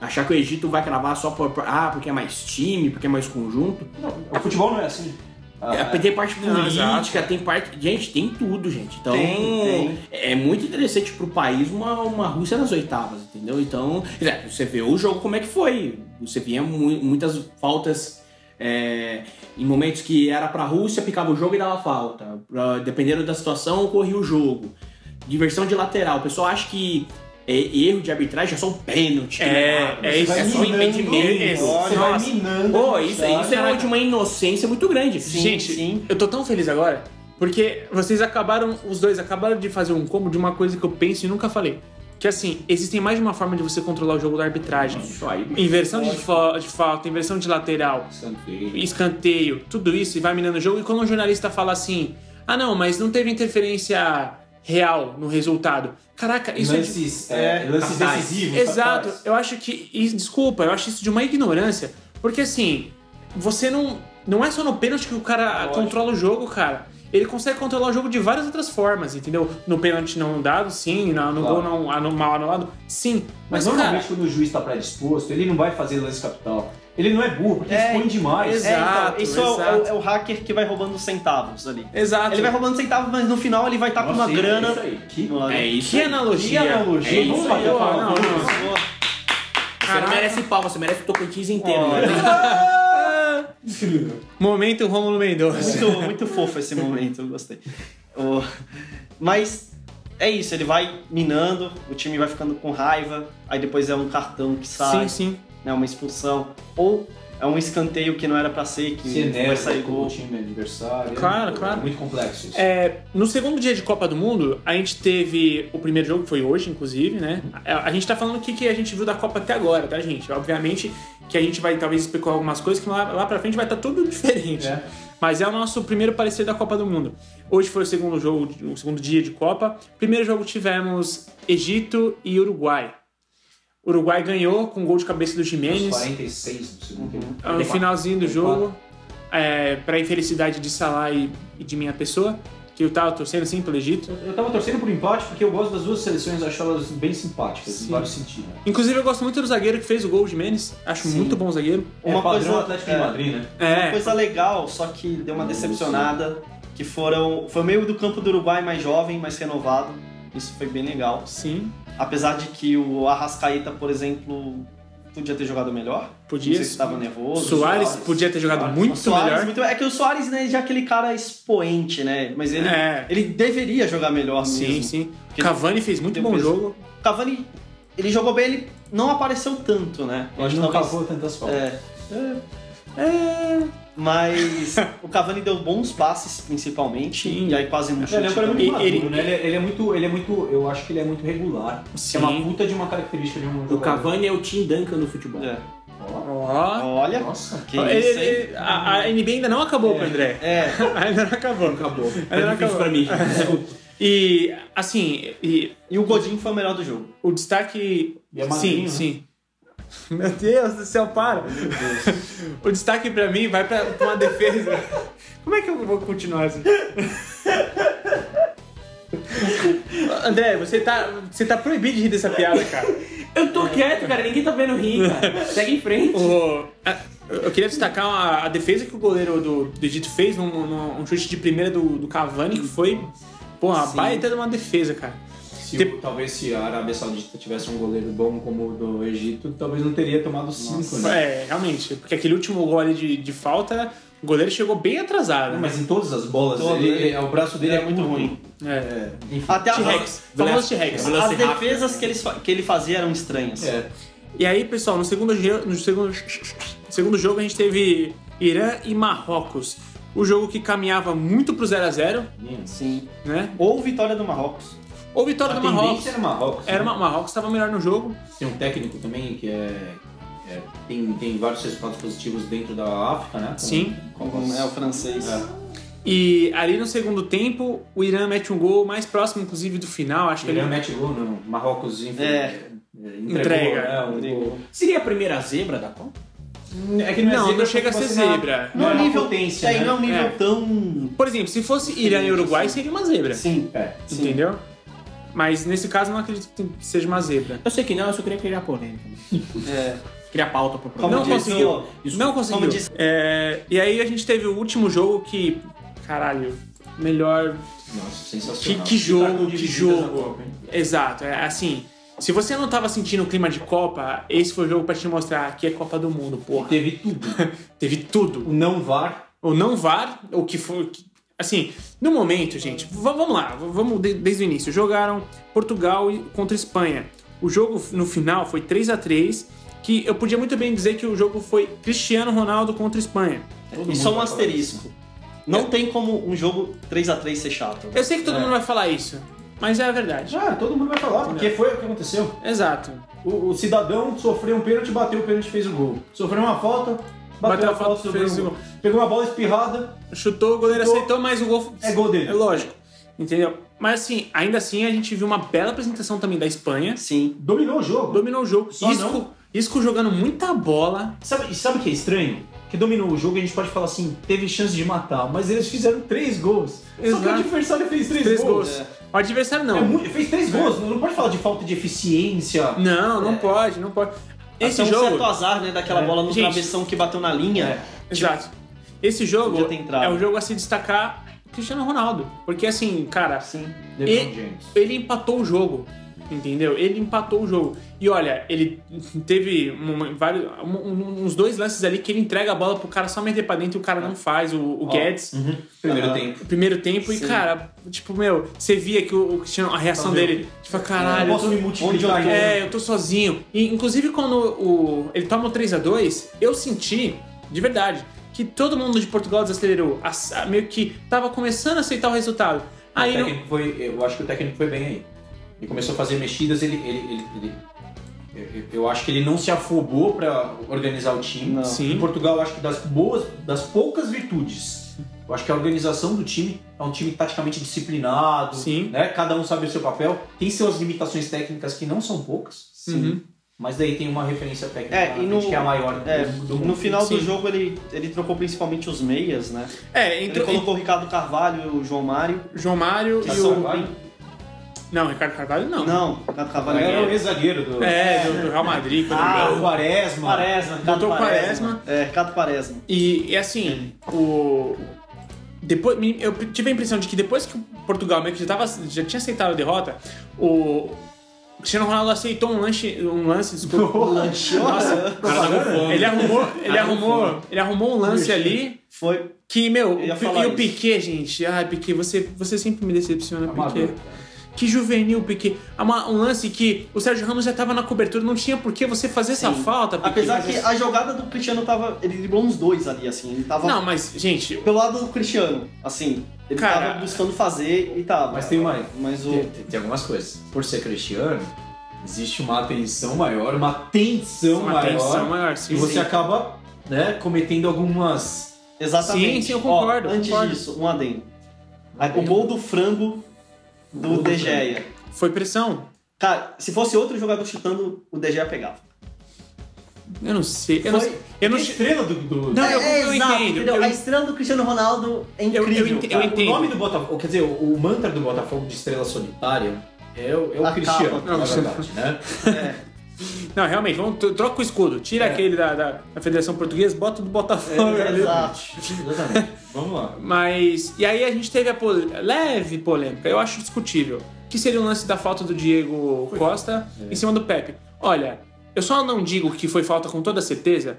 C: achar que o Egito vai cravar só por. por- Ah, porque é mais time, porque é mais conjunto.
D: O futebol não é assim. Ah,
C: É, tem parte
B: Não,
C: política, tem parte. Gente, tem tudo, gente. Então.
E: Tem,
C: É muito interessante pro país uma, uma Rússia nas oitavas, entendeu? Então, é, você vê o jogo como é que foi. Você via mu- muitas faltas é, em momentos que era pra Rússia, picava o jogo e dava falta. Pra- dependendo da situação, ocorria o jogo. Diversão de lateral. O pessoal acha que é, erro de arbitragem é só um pênalti. que
B: É,
C: não nada,
B: é
C: mas
B: isso,
C: é
B: é
C: só um
B: minando,
C: impedimento.
B: isso.
D: Você vai
B: Nossa.
D: minando.
C: Pô, isso, isso é
B: Caraca.
C: de uma inocência muito grande.
B: Gente, eu tô tão feliz agora, porque vocês acabaram, os dois acabaram de fazer um combo de uma coisa que eu penso e nunca falei. Que assim, existem mais de uma forma de você controlar o jogo da arbitragem.
C: Isso aí, bicho.
B: Inversão de, fa- de falta, inversão de
D: é
B: lateral, escanteio, tudo isso, e vai minando o jogo. E quando um jornalista fala assim, ah não, mas não teve interferência real no resultado. Caraca, isso é de
D: lances, é, lances
C: fatais.
D: decisivos.
B: Exato.
D: fatais.
B: Eu acho que. e, desculpa, eu acho isso de uma ignorância. Porque assim, você não. Não é só no pênalti que o cara controla o jogo, cara. Ele consegue controlar o jogo de várias outras formas, entendeu? No pênalti não dado, sim. na- No,
D: Claro.
B: gol não, anu- mal anulado, sim.
D: Mas
B: Mas,
D: normalmente
B: cara,
D: quando o juiz está predisposto, ele não vai fazer lance capital. Ele não é burro, porque
E: É,
D: expõe demais.
E: É, então,
B: Exato,
E: isso é o- É, o,
B: exato.
E: é o hacker que vai roubando centavos ali.
B: exato.
E: Ele vai roubando centavos, mas no final ele vai estar Tá com uma grana.
D: é Que
E: Olha,
C: É isso.
B: Que
C: aí.
B: analogia.
E: Que analogia.
B: É isso
D: Vamos
B: aí,
D: bater
B: ó,
D: palma.
B: não, não.
E: Boa.
C: Você não
B: Caraca.
C: merece pau, você merece o Tocantins inteiro.
E: Olha.
C: né?
B: Momento Rômulo Mendonça.
E: Muito, muito fofo esse momento, eu gostei. O- Mas é isso, ele vai minando, o time vai ficando com raiva, aí depois é um cartão que
B: Sim,
E: sai,
B: sim.
E: né, uma expulsão, ou é um escanteio que não era pra ser, que
D: Se
E: vai sair
D: enerva com o
E: gol.
D: time adversário.
B: Claro,
D: é
B: claro.
D: Muito complexo isso.
B: É, no segundo dia de Copa do Mundo, a gente teve o primeiro jogo, que foi hoje, inclusive, né? A, a gente tá falando o que, que a gente viu da Copa até agora, tá, gente? Obviamente que a gente vai talvez explicar algumas coisas que lá, lá pra frente vai estar tudo diferente.
D: É.
B: Mas é o nosso primeiro parecer da Copa do Mundo. Hoje foi o segundo jogo, o segundo dia de Copa. Primeiro jogo tivemos Egito e Uruguai. Uruguai ganhou com gol de cabeça do
D: Os
B: Jimenez.
D: 46 do segundo tempo.
B: No finalzinho do jogo, é, pra infelicidade de Salah e, e de minha pessoa, que eu tava torcendo sim pelo Egito.
D: Eu tava torcendo por empate porque eu gosto das duas seleções, acho elas bem simpáticas, em
B: Sim.
D: vários sentidos.
B: Inclusive, eu gosto muito do zagueiro que fez o gol de Menes. Acho
E: Sim.
B: muito bom o zagueiro.
E: Uma
D: é padrão
E: coisa-
D: Atlético
E: é.
D: de Madrid, né?
E: Uma
B: É,
E: coisa legal, só que deu uma decepcionada, que foram. Foi o meio do campo do Uruguai mais jovem, mais renovado. Isso foi bem legal.
B: sim,
E: Apesar de que o Arrascaeta, por exemplo, podia ter jogado melhor. Não
B: podia.
E: sei se estava nervoso.
B: Soares
D: Suárez.
B: podia ter jogado
D: Suárez.
B: muito
E: O Soares,
B: melhor.
E: muito- É que o Soares, né, já é aquele cara expoente, né? Mas ele,
B: É,
E: ele deveria jogar melhor
B: sim,
E: mesmo.
B: sim.
E: Porque
B: Cavani fez muito
E: tem
B: bom
E: peso.
B: jogo.
E: O Cavani, ele jogou bem, ele não apareceu tanto, né? Eu
D: Ele
E: acho que
D: não
E: talvez-
D: cavou tantas faltas.
E: É. Mas o Cavani deu bons passes, principalmente,
B: Sim.
E: e aí quase um
D: É, ele
E: chute
D: é um cara muito
E: também.
D: maduro,
B: tipo, ele-
D: né? Ele, é- ele é muito, ele é muito, eu acho que ele é muito regular.
B: Sim.
D: É uma puta de uma característica de um
C: O
D: jogador.
C: Cavani é o Tim Duncan do futebol.
E: É.
D: Ó,
B: Ó.
E: Olha,
D: Nossa.
E: que
B: Ele-
E: isso, hein?
B: ele- a, a NBA ainda não acabou pro André.
E: É,
B: Ainda não acabou.
C: Acabou.
B: Aí não
C: É difícil
B: acabou.
C: pra mim. Desculpa.
B: E, assim, e
E: e o Godinho foi o melhor do jogo.
B: o destaque.
D: E é
B: sim,
D: magrinho,
B: sim. né? Meu Deus do céu, para! o destaque pra mim vai pra, pra uma defesa. Como é que eu vou continuar assim? André, você tá, você tá proibido de rir dessa piada, cara.
C: Eu tô quieto, cara. Ninguém tá vendo eu rir, cara. Segue em frente.
B: O- a- eu queria destacar a, a defesa que o goleiro do, do Egito fez, num, num- um chute de primeira do, do Cavani, que foi, porra, a
C: Sim.
B: baita de uma defesa, cara.
D: Se
B: Tipo-
D: o- talvez se a Arábia Saudita tivesse um goleiro bom como o do Egito, talvez não teria tomado cinco, né?
B: É, realmente, porque aquele último gol ali de, de falta, o goleiro chegou bem atrasado.
D: Não,
B: né?
D: Mas em todas as bolas,
E: Todo,
D: ele-
E: né?
D: ele- o braço dele é,
E: muito
D: curto.
E: ruim.
B: É.
D: Enfim.
E: Até a,
B: T-Rex. Famoso T-Rex.
E: As defesas que ele, que ele fazia eram estranhas.
D: É.
B: E aí, pessoal, no segundo, ge- no segundo, no segundo jogo a gente teve Irã e Marrocos. O jogo que caminhava muito pro 0x0,
E: Sim.
B: né?
E: Ou vitória do Marrocos.
B: Ou vitória
D: A
B: do Marrocos.
D: tendência era Marrocos.
B: Era
D: né?
B: uma, o Marrocos estava melhor no jogo.
D: Tem um técnico também que é, é, tem, tem vários resultados positivos dentro da África, né? Com-
B: Sim.
E: Como é o francês.
B: E ali no segundo tempo, o Irã mete um gol mais próximo, inclusive, do final. Acho que
D: Ele
B: ele.
D: não mete gol no Marrocos enfim,
E: É.
D: é,
B: Entrega.
D: né, um gol.
C: Seria a primeira zebra da Copa?
D: É que
B: Não, não
D: porque
B: chega a ser
D: você não-
B: zebra.
D: Não, é uma
E: nível-
D: potência,
E: É,
D: né?
E: não é um nível
B: É.
E: tão.
B: Por exemplo, se fosse Irã e Uruguai, seria uma zebra.
E: Sim.
D: É.
E: sim.
B: Entendeu? Mas nesse caso, não acredito que seja uma zebra.
C: Eu sei que não, eu só queria criar polêmica.
E: É.
C: Criar pauta pro
E: Como
C: programa.
B: não
E: disse-
B: conseguiu.
C: Isso-
B: não conseguiu.
E: como disse-
B: É, e aí a gente teve o último jogo que. Caralho, melhor.
D: Nossa,
B: Que,
D: sensacional.
B: que tá
D: Ficar com
B: jogo, que
D: dívidas na
B: jogo.
D: Copa, hein?
B: Exato, é assim. Se você não tava sentindo o clima de Copa, esse foi o jogo pra te mostrar que é Copa do Mundo, porra.
D: Teve tudo.
B: Teve tudo.
D: O não VAR.
B: ou não VAR, ou que foi. que- Assim, no momento, gente, v- vamos lá, v- vamos de- desde o início. Jogaram Portugal e- contra Espanha. O jogo no final foi 3 a 3 que eu podia muito bem dizer que o jogo foi Cristiano Ronaldo contra Espanha.
E: E só um asterisco. Não tem como um jogo 3x3 ser chato.
B: Eu sei que todo mundo vai falar isso, mas é a verdade.
D: Já, todo mundo vai falar, porque foi o que aconteceu.
B: Exato.
D: O, o cidadão sofreu um pênalti, bateu o pênalti fez o gol. Sofreu uma falta, bateu,
B: Bateu
D: a falta, fez o gol. Pegou uma bola espirrada,
B: Chutou, o goleiro
D: Chutou.
B: aceitou, mas o gol.
D: é gol
B: É
D: dele.
B: lógico. Entendeu? Mas assim, ainda assim a gente viu uma bela apresentação também da Espanha.
E: Sim.
D: Dominou o jogo.
B: Dominou o jogo.
D: Só
B: Isco, Isco jogando muita bola.
D: Sabe, e sabe o que é estranho? Que dominou o jogo, a gente pode falar assim, teve chance de matar, mas eles fizeram três gols. Só que o
B: Exato.
D: adversário fez três,
B: Três
D: gols.
B: gols. O adversário não.
D: É muito- fez três gols, não pode falar de falta de eficiência.
B: Não, não pode, não pode. Esse
E: É. Até um
B: jogo.
E: certo azar, né? Daquela
D: É.
E: bola no
B: Gente.
E: travessão que bateu na linha.
B: Exato. Esse jogo
E: Podia ter entrado.
B: é o jogo a se destacar o Cristiano Ronaldo. Porque assim, cara,
E: Sim.
D: LeBron
B: E-
D: James.
B: ele empatou o jogo. Entendeu? Ele empatou o jogo. E olha, ele teve um- vários, um- um- uns dois lances ali que ele entrega a bola pro cara só meter pra dentro e o cara não faz, o, o Guedes.
D: Primeiro
E: uhum. Aham.
D: tempo.
B: no Primeiro tempo, e
E: Sim.
B: cara, tipo, meu, você via que o, o Cristiano, a reação
D: Tá vendo?
B: dele, tipo,
D: Eu
B: caralho, eu
D: posso
B: tô-
D: me multiplicar.
E: onde eu tô?
D: ainda.
B: É, eu tô sozinho. E, inclusive, quando o, ele toma o 3x2, eu senti, de verdade, que todo mundo de Portugal desacelerou. As- a- meio que tava começando a aceitar o resultado.
D: o
B: Aí, não,
D: técnico foi, eu acho que o técnico foi bem aí. Ele começou a fazer mexidas, ele, ele, ele- ele- eu- eu- eu acho que ele não se afobou pra organizar o time.
E: Não.
B: Sim.
D: Em Portugal, eu acho que das boas, das poucas virtudes, eu acho que a organização do time é um time taticamente disciplinado,
B: Sim.
D: né? Cada um sabe o seu papel, tem suas limitações técnicas que não são poucas,
B: Uhum.
D: mas daí tem uma referência técnica
E: É, e
D: na
E: no-
D: frente que é a maior do-
E: É,
D: do
E: no
D: mundo.
E: final do
B: Sim.
E: jogo ele, ele trocou principalmente os meias, né?
B: É,
E: Ele
B: entrou
E: colocou o Ricardo Carvalho e o João Mário.
B: entrou João Mário
E: Que
B: e
E: são-
B: o. Não, Ricardo Carvalho Tá não.
E: Não, Ricardo Carvalho
D: Era o
E: é.
D: ex-zagueiro do
B: É, do, do Real Madrid. quando
D: Ah,
B: jogou.
D: o Quaresma.
E: Quaresma, Ricardo
B: Botou o
E: Quaresma. É, Ricardo Quaresma.
B: E, e assim, o. Depois, me- eu tive a impressão de que depois que o Portugal meio que já, tava, já tinha aceitado a derrota, o Cristiano Ronaldo aceitou um lanche, um lance, desculpa. Um lanche. Nossa,
C: O cara tá com fome.
B: ele arrumou, ele arrumou, ele arrumou um lance
D: Vixe.
B: ali
E: Foi.
B: que, meu,
E: Eu ia
B: e
E: falar
B: o
E: isso.
B: Piquet, gente, ai, Piquet, você, você sempre me decepciona,
D: Amador,
B: Piquet.
D: cara.
B: Que juvenil, Piquet. É uma- um lance que o Sérgio Ramos já tava na cobertura, não tinha por que você fazer essa
E: Sim.
B: falta, Piquet.
E: Apesar que a jogada do Cristiano tava. Ele driblou uns dois ali, assim. Ele tava
B: Não, mas, gente,
E: pelo lado do Cristiano, assim. Ele
B: Cara.
E: tava buscando fazer e tava.
D: Mas tem uma,
E: Mas o.
D: Tem, tem- tem algumas coisas. Por ser cristiano, existe uma atenção maior, uma
E: um
D: tensão
B: uma
D: maior.
B: tensão maior, sim.
D: e você
B: sim.
D: acaba né, cometendo algumas.
E: Exatamente.
B: Sim, sim, eu concordo,
E: Ó, antes
B: concordo.
E: disso, um adendo. O gol do frango do De Gea.
B: Foi pressão?
E: Cara, se fosse outro jogador chutando, o De Gea pegava.
B: Eu não sei. Eu não
E: Foi-
B: sei. Eu não
D: a
B: sei-
D: é estrela do. do-
B: Não, eu- eu
E: É, exato,
B: entendo,
E: entendeu?
B: eu
E: A
B: en-
E: estrela do Cristiano Ronaldo é
B: eu
E: incrível.
B: ent- eu
E: cara.
B: entendo.
D: o nome do Botafogo, quer dizer, o, o mantra do Botafogo de estrela solitária é o, é o
E: A
D: Cristiano,
E: capa.
D: na verdade, né?
E: É.
B: Não, realmente, vamos, tro- troca o escudo. Tira
D: É.
B: aquele da, da, da Federação Portuguesa, bota o
E: É,
B: do Botafogo. ali.
E: Exato.
D: Exatamente. Vamos lá.
B: Mas. E aí a gente teve a pol- leve polêmica, eu acho discutível. Que seria o lance da falta do Diego Costa
E: É.
B: em cima do Pepe. Olha, eu só não digo que foi falta com toda certeza,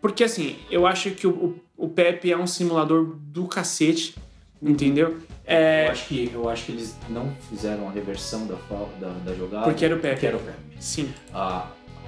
B: porque assim, eu acho que o, o, o Pepe é um simulador do cacete,
E: Uhum.
B: entendeu?
D: Eu,
B: É.
D: acho que, eu acho que eles não fizeram a reversão da, fal- da, da jogada.
B: Porque era o Pepe.
D: Porque era o Pepe.
B: Sim.
D: A, Ah,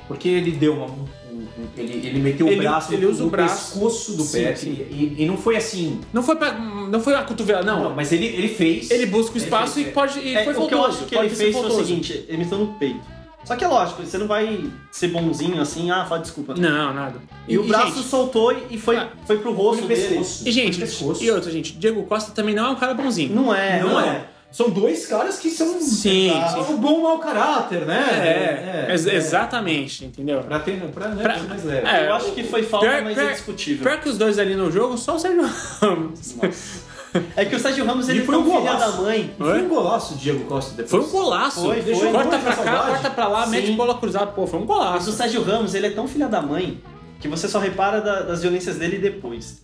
D: Porque ele deu uma. um- um- ele, ele meteu
B: Ele-
D: o braço
B: ele
D: no,
B: usa o
D: no
B: braço.
D: pescoço do
B: Sim,
D: Pepe.
B: sim.
D: E, e não foi assim.
B: Não foi pra, não foi a cotovela, não.
D: Não, mas ele, ele fez.
B: Ele busca o espaço
D: fez,
B: e pode e
E: É,
B: foi
E: o que eu
B: voltoso.
E: acho que
B: pode ter
E: ele
B: sido
E: fez foi o
B: voltoso.
E: seguinte, ele meteu no peito. Só que é lógico, você não vai ser bonzinho assim, ah, fala desculpa.
B: Não, nada.
E: E, o braço
B: gente,
E: soltou e foi,
B: Ah,
E: foi pro
D: foi
E: rosto
D: no
E: dele.
D: pescoço.
B: E
D: Foi no
B: gente,
D: pescoço.
B: e outra gente, Diego Costa também não é um cara bonzinho.
E: Não é,
D: Não é. São dois caras que são.
B: Sim,
D: são um bom mau caráter, né?
B: É, ex- exatamente, entendeu?
D: Pra ter, pra, né,
B: Pra-
D: ser mais leve.
B: É,
E: Eu acho que foi falta,
B: Pior-
E: mas
B: pior-
E: é discutível.
B: Pior que os dois ali no jogo, só o Sérgio Ramos.
E: É que o Sérgio Ramos, ele
D: E foi
E: foi um
D: um
E: filho
D: golaço.
E: da mãe.
D: E foi um golaço do Diego Costa depois.
B: Foi um golaço.
E: Foi,
D: Deixa
E: foi.
D: eu-
B: Corta
D: Foi
B: pra
D: essa
B: cá,
D: saudade?
B: corta pra lá,
E: Sim.
B: mete bola cruzada. Pô, foi um
E: Mas o
B: golaço.
E: Sérgio Ramos, ele é tão filha da mãe que você só repara da- das violências dele depois.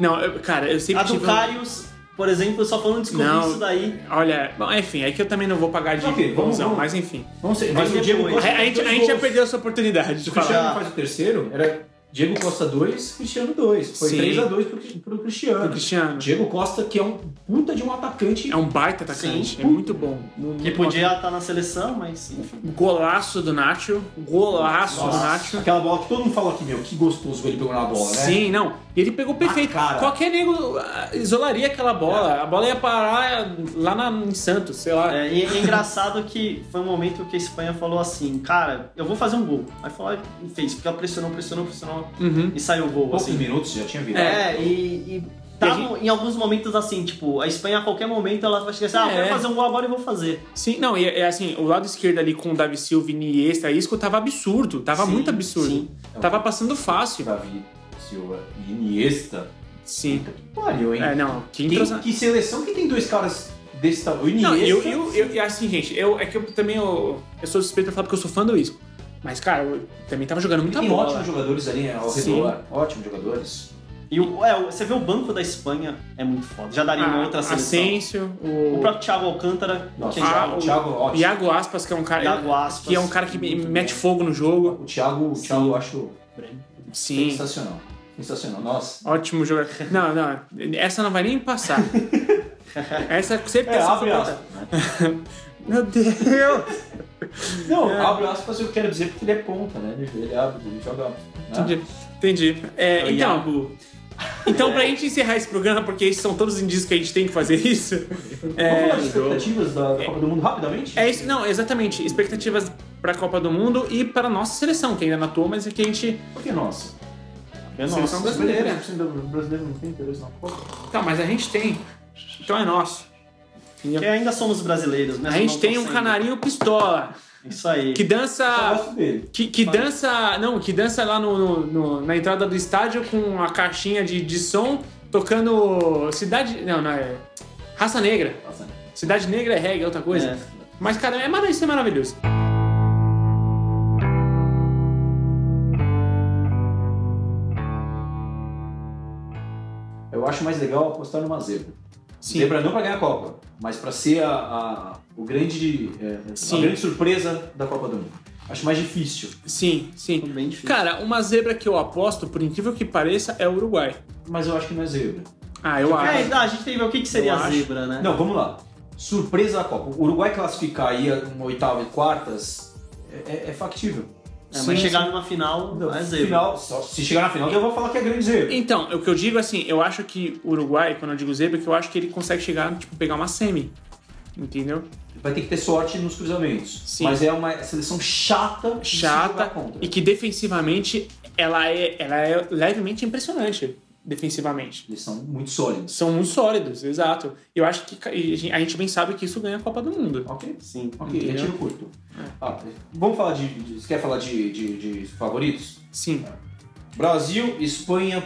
B: Não, eu- cara, eu sempre
E: A do
B: tive um-
E: Carius, por exemplo, só falando descobrir
B: Não.
E: isso daí.
B: Olha, bom, enfim, é que eu também não vou pagar de
D: Ok, vamos-
B: bonzão,
D: vamos.
B: mas enfim.
D: Vamos ver,
E: Mas
D: mas o Diego
E: depois-
B: A,
D: Costa.
B: É, a gente, a gente já perdeu essa oportunidade de
D: O
B: falar.
D: Cristiano
E: Já.
D: faz o terceiro, era Diego Costa 2, Cristiano 2. Foi
B: Sim.
D: 3x2 pro, pro Cristiano.
B: Pro Cristiano.
D: Diego Costa, que é um puta de um atacante.
B: É um baita atacante, é muito bom. Muito
E: Que
B: bom.
E: podia estar na seleção, mas enfim.
B: Golaço do Nacho, golaço do Nacho.
D: aquela bola que todo mundo fala aqui, meu, que gostoso ele pegou na bola, né?
B: Sim, não. E ele pegou perfeito.
D: A cara.
B: Qualquer nego ah, isolaria aquela bola. A bola ia parar lá na, em Santos, sei lá.
E: É, e é engraçado que foi um momento que a Espanha falou assim, cara, eu vou fazer um gol. Aí falou, "Ah, e fez, porque ela pressionou, pressionou, pressionou
B: Uhum.
E: e saiu o gol,
D: Poucos
E: assim.
D: minutos já tinha virado.
E: É, e, e tavam em alguns momentos assim, tipo, a Espanha a qualquer momento ela vai chegar assim, ah, eu
B: É.
E: quero fazer um gol agora e vou fazer.
B: Sim, não, e é assim, o lado esquerdo ali com o Davi Silva, Iniesta, Isco, tava absurdo. Tava
E: Sim,
B: muito absurdo.
E: sim.
D: Então,
B: Tava passando fácil.
D: Davi Silva e Iniesta.
B: Sim.
D: Valeu, hein?
B: É, não. Que,
D: Quem-
B: entrosa-
D: que seleção que tem dois caras desse tamanho? O Iniesta.
B: Não, eu, eu, eu, e assim, gente, eu, é que eu também eu, eu sou suspeito pra falar porque eu sou fã do Isco. Mas, cara, eu também tava jogando muita
D: tem
B: bola.
D: ótimos jogadores ali né, ao
B: Sim.
D: redor. Ótimos jogadores.
E: E o, é, o- você vê o banco da Espanha, é muito foda. Já daria uma
B: Ah, A-
E: outra seleção.
B: Asensio,
E: O
B: o,
E: próprio Thiago Alcântara,
D: Nossa,
E: que
D: o
E: é
B: Ah,
D: Thiago,
B: o-
D: o Thiago, ótimo.
B: Iago Aspas, que é um cara.
E: Thiago Aspas.
B: que é um cara que me-
E: muito
B: mete
E: bom.
B: fogo no jogo.
D: O Thiago, o Thiago eu acho
B: Sim.
D: sensacional. Sensacional. Nossa.
B: Ótimo jogador. Não, não. Essa não vai nem passar. Essa
D: É,
B: sempre essa foi outra.
D: né?
B: Meu Deus!
D: Não, abre aspas eu quero dizer porque ele é ponta, né? Ele, ele abre, ele joga. né?
B: Entendi. Entendi. É,
E: É o
B: então, então, pra gente encerrar esse programa, porque esses são todos os indícios que a gente tem que fazer isso.
D: Vamos falar de
B: É,
D: expectativas da, da Copa do Mundo rapidamente?
B: é isso, não, exatamente. Expectativas pra Copa do Mundo e para nossa seleção, que ainda não atuou, mas é que a gente.
D: Porque nossa.
E: É nosso.
B: Seleção brasileira.
D: 10% do brasileiro não tem interesse na Copa.
B: Tá, mas a gente tem. Então é nosso.
E: Que ainda somos brasileiros, né?
B: A gente tem um canarinho pistola,
E: É Isso aí.
B: que dança.
E: Ah.
D: Eu gosto dele.
B: Que, que dança. Não, que dança lá no, no- no- na entrada do estádio com a caixinha de, de som tocando. Cidade. Não, não é. Raça Negra.
D: Nossa, né?
B: Cidade Negra é reggae, é outra coisa.
E: É.
B: Mas, cara, é, mara- isso é maravilhoso.
D: Eu acho mais legal apostar numa zebra.
B: Sim.
D: Zebra não pra ganhar a Copa, mas pra ser a, a- o grande, é, a
B: Sim.
D: grande surpresa da Copa do Mundo. Acho mais difícil.
B: Sim, sim.
E: é Bem difícil.
B: Cara, uma zebra que eu aposto, por incrível que pareça, é o Uruguai.
D: Mas eu acho que não é zebra.
B: Ah, eu
E: É,
B: acho.
E: tá, a gente tem que ver o que, que seria
B: Eu
E: a
B: acho.
E: zebra, né?
D: Não, vamos lá. Surpresa da Copa. O Uruguai classificar aí uma oitava e quartas é, é- é factível.
E: É,
B: Sim,
E: mas chegar
B: sim.
E: numa final
D: No
E: é zebra.
D: Final, só- se chegar na final, eu vou falar que é grande zebra.
B: Então, o que eu digo assim, eu acho que o Uruguai, quando eu digo zebra, que eu acho que ele consegue chegar, tipo, pegar uma semi. Entendeu?
D: Vai ter que ter sorte nos cruzamentos.
B: Sim.
D: Mas é uma seleção chata de se
B: chata
D: jogar contra.
B: e que defensivamente ela é, ela é levemente impressionante defensivamente.
D: Eles são muito sólidos.
B: São muito sólidos, exato. Eu acho que ca- e a gente- a gente bem sabe que isso ganha a Copa do Mundo.
D: Ok?
E: Sim.
D: Ok,
B: Entendeu? É.
D: retiro curto. Ah, vamos falar de, de- Você quer falar de, de- de favoritos?
B: Sim.
D: Brasil, Espanha,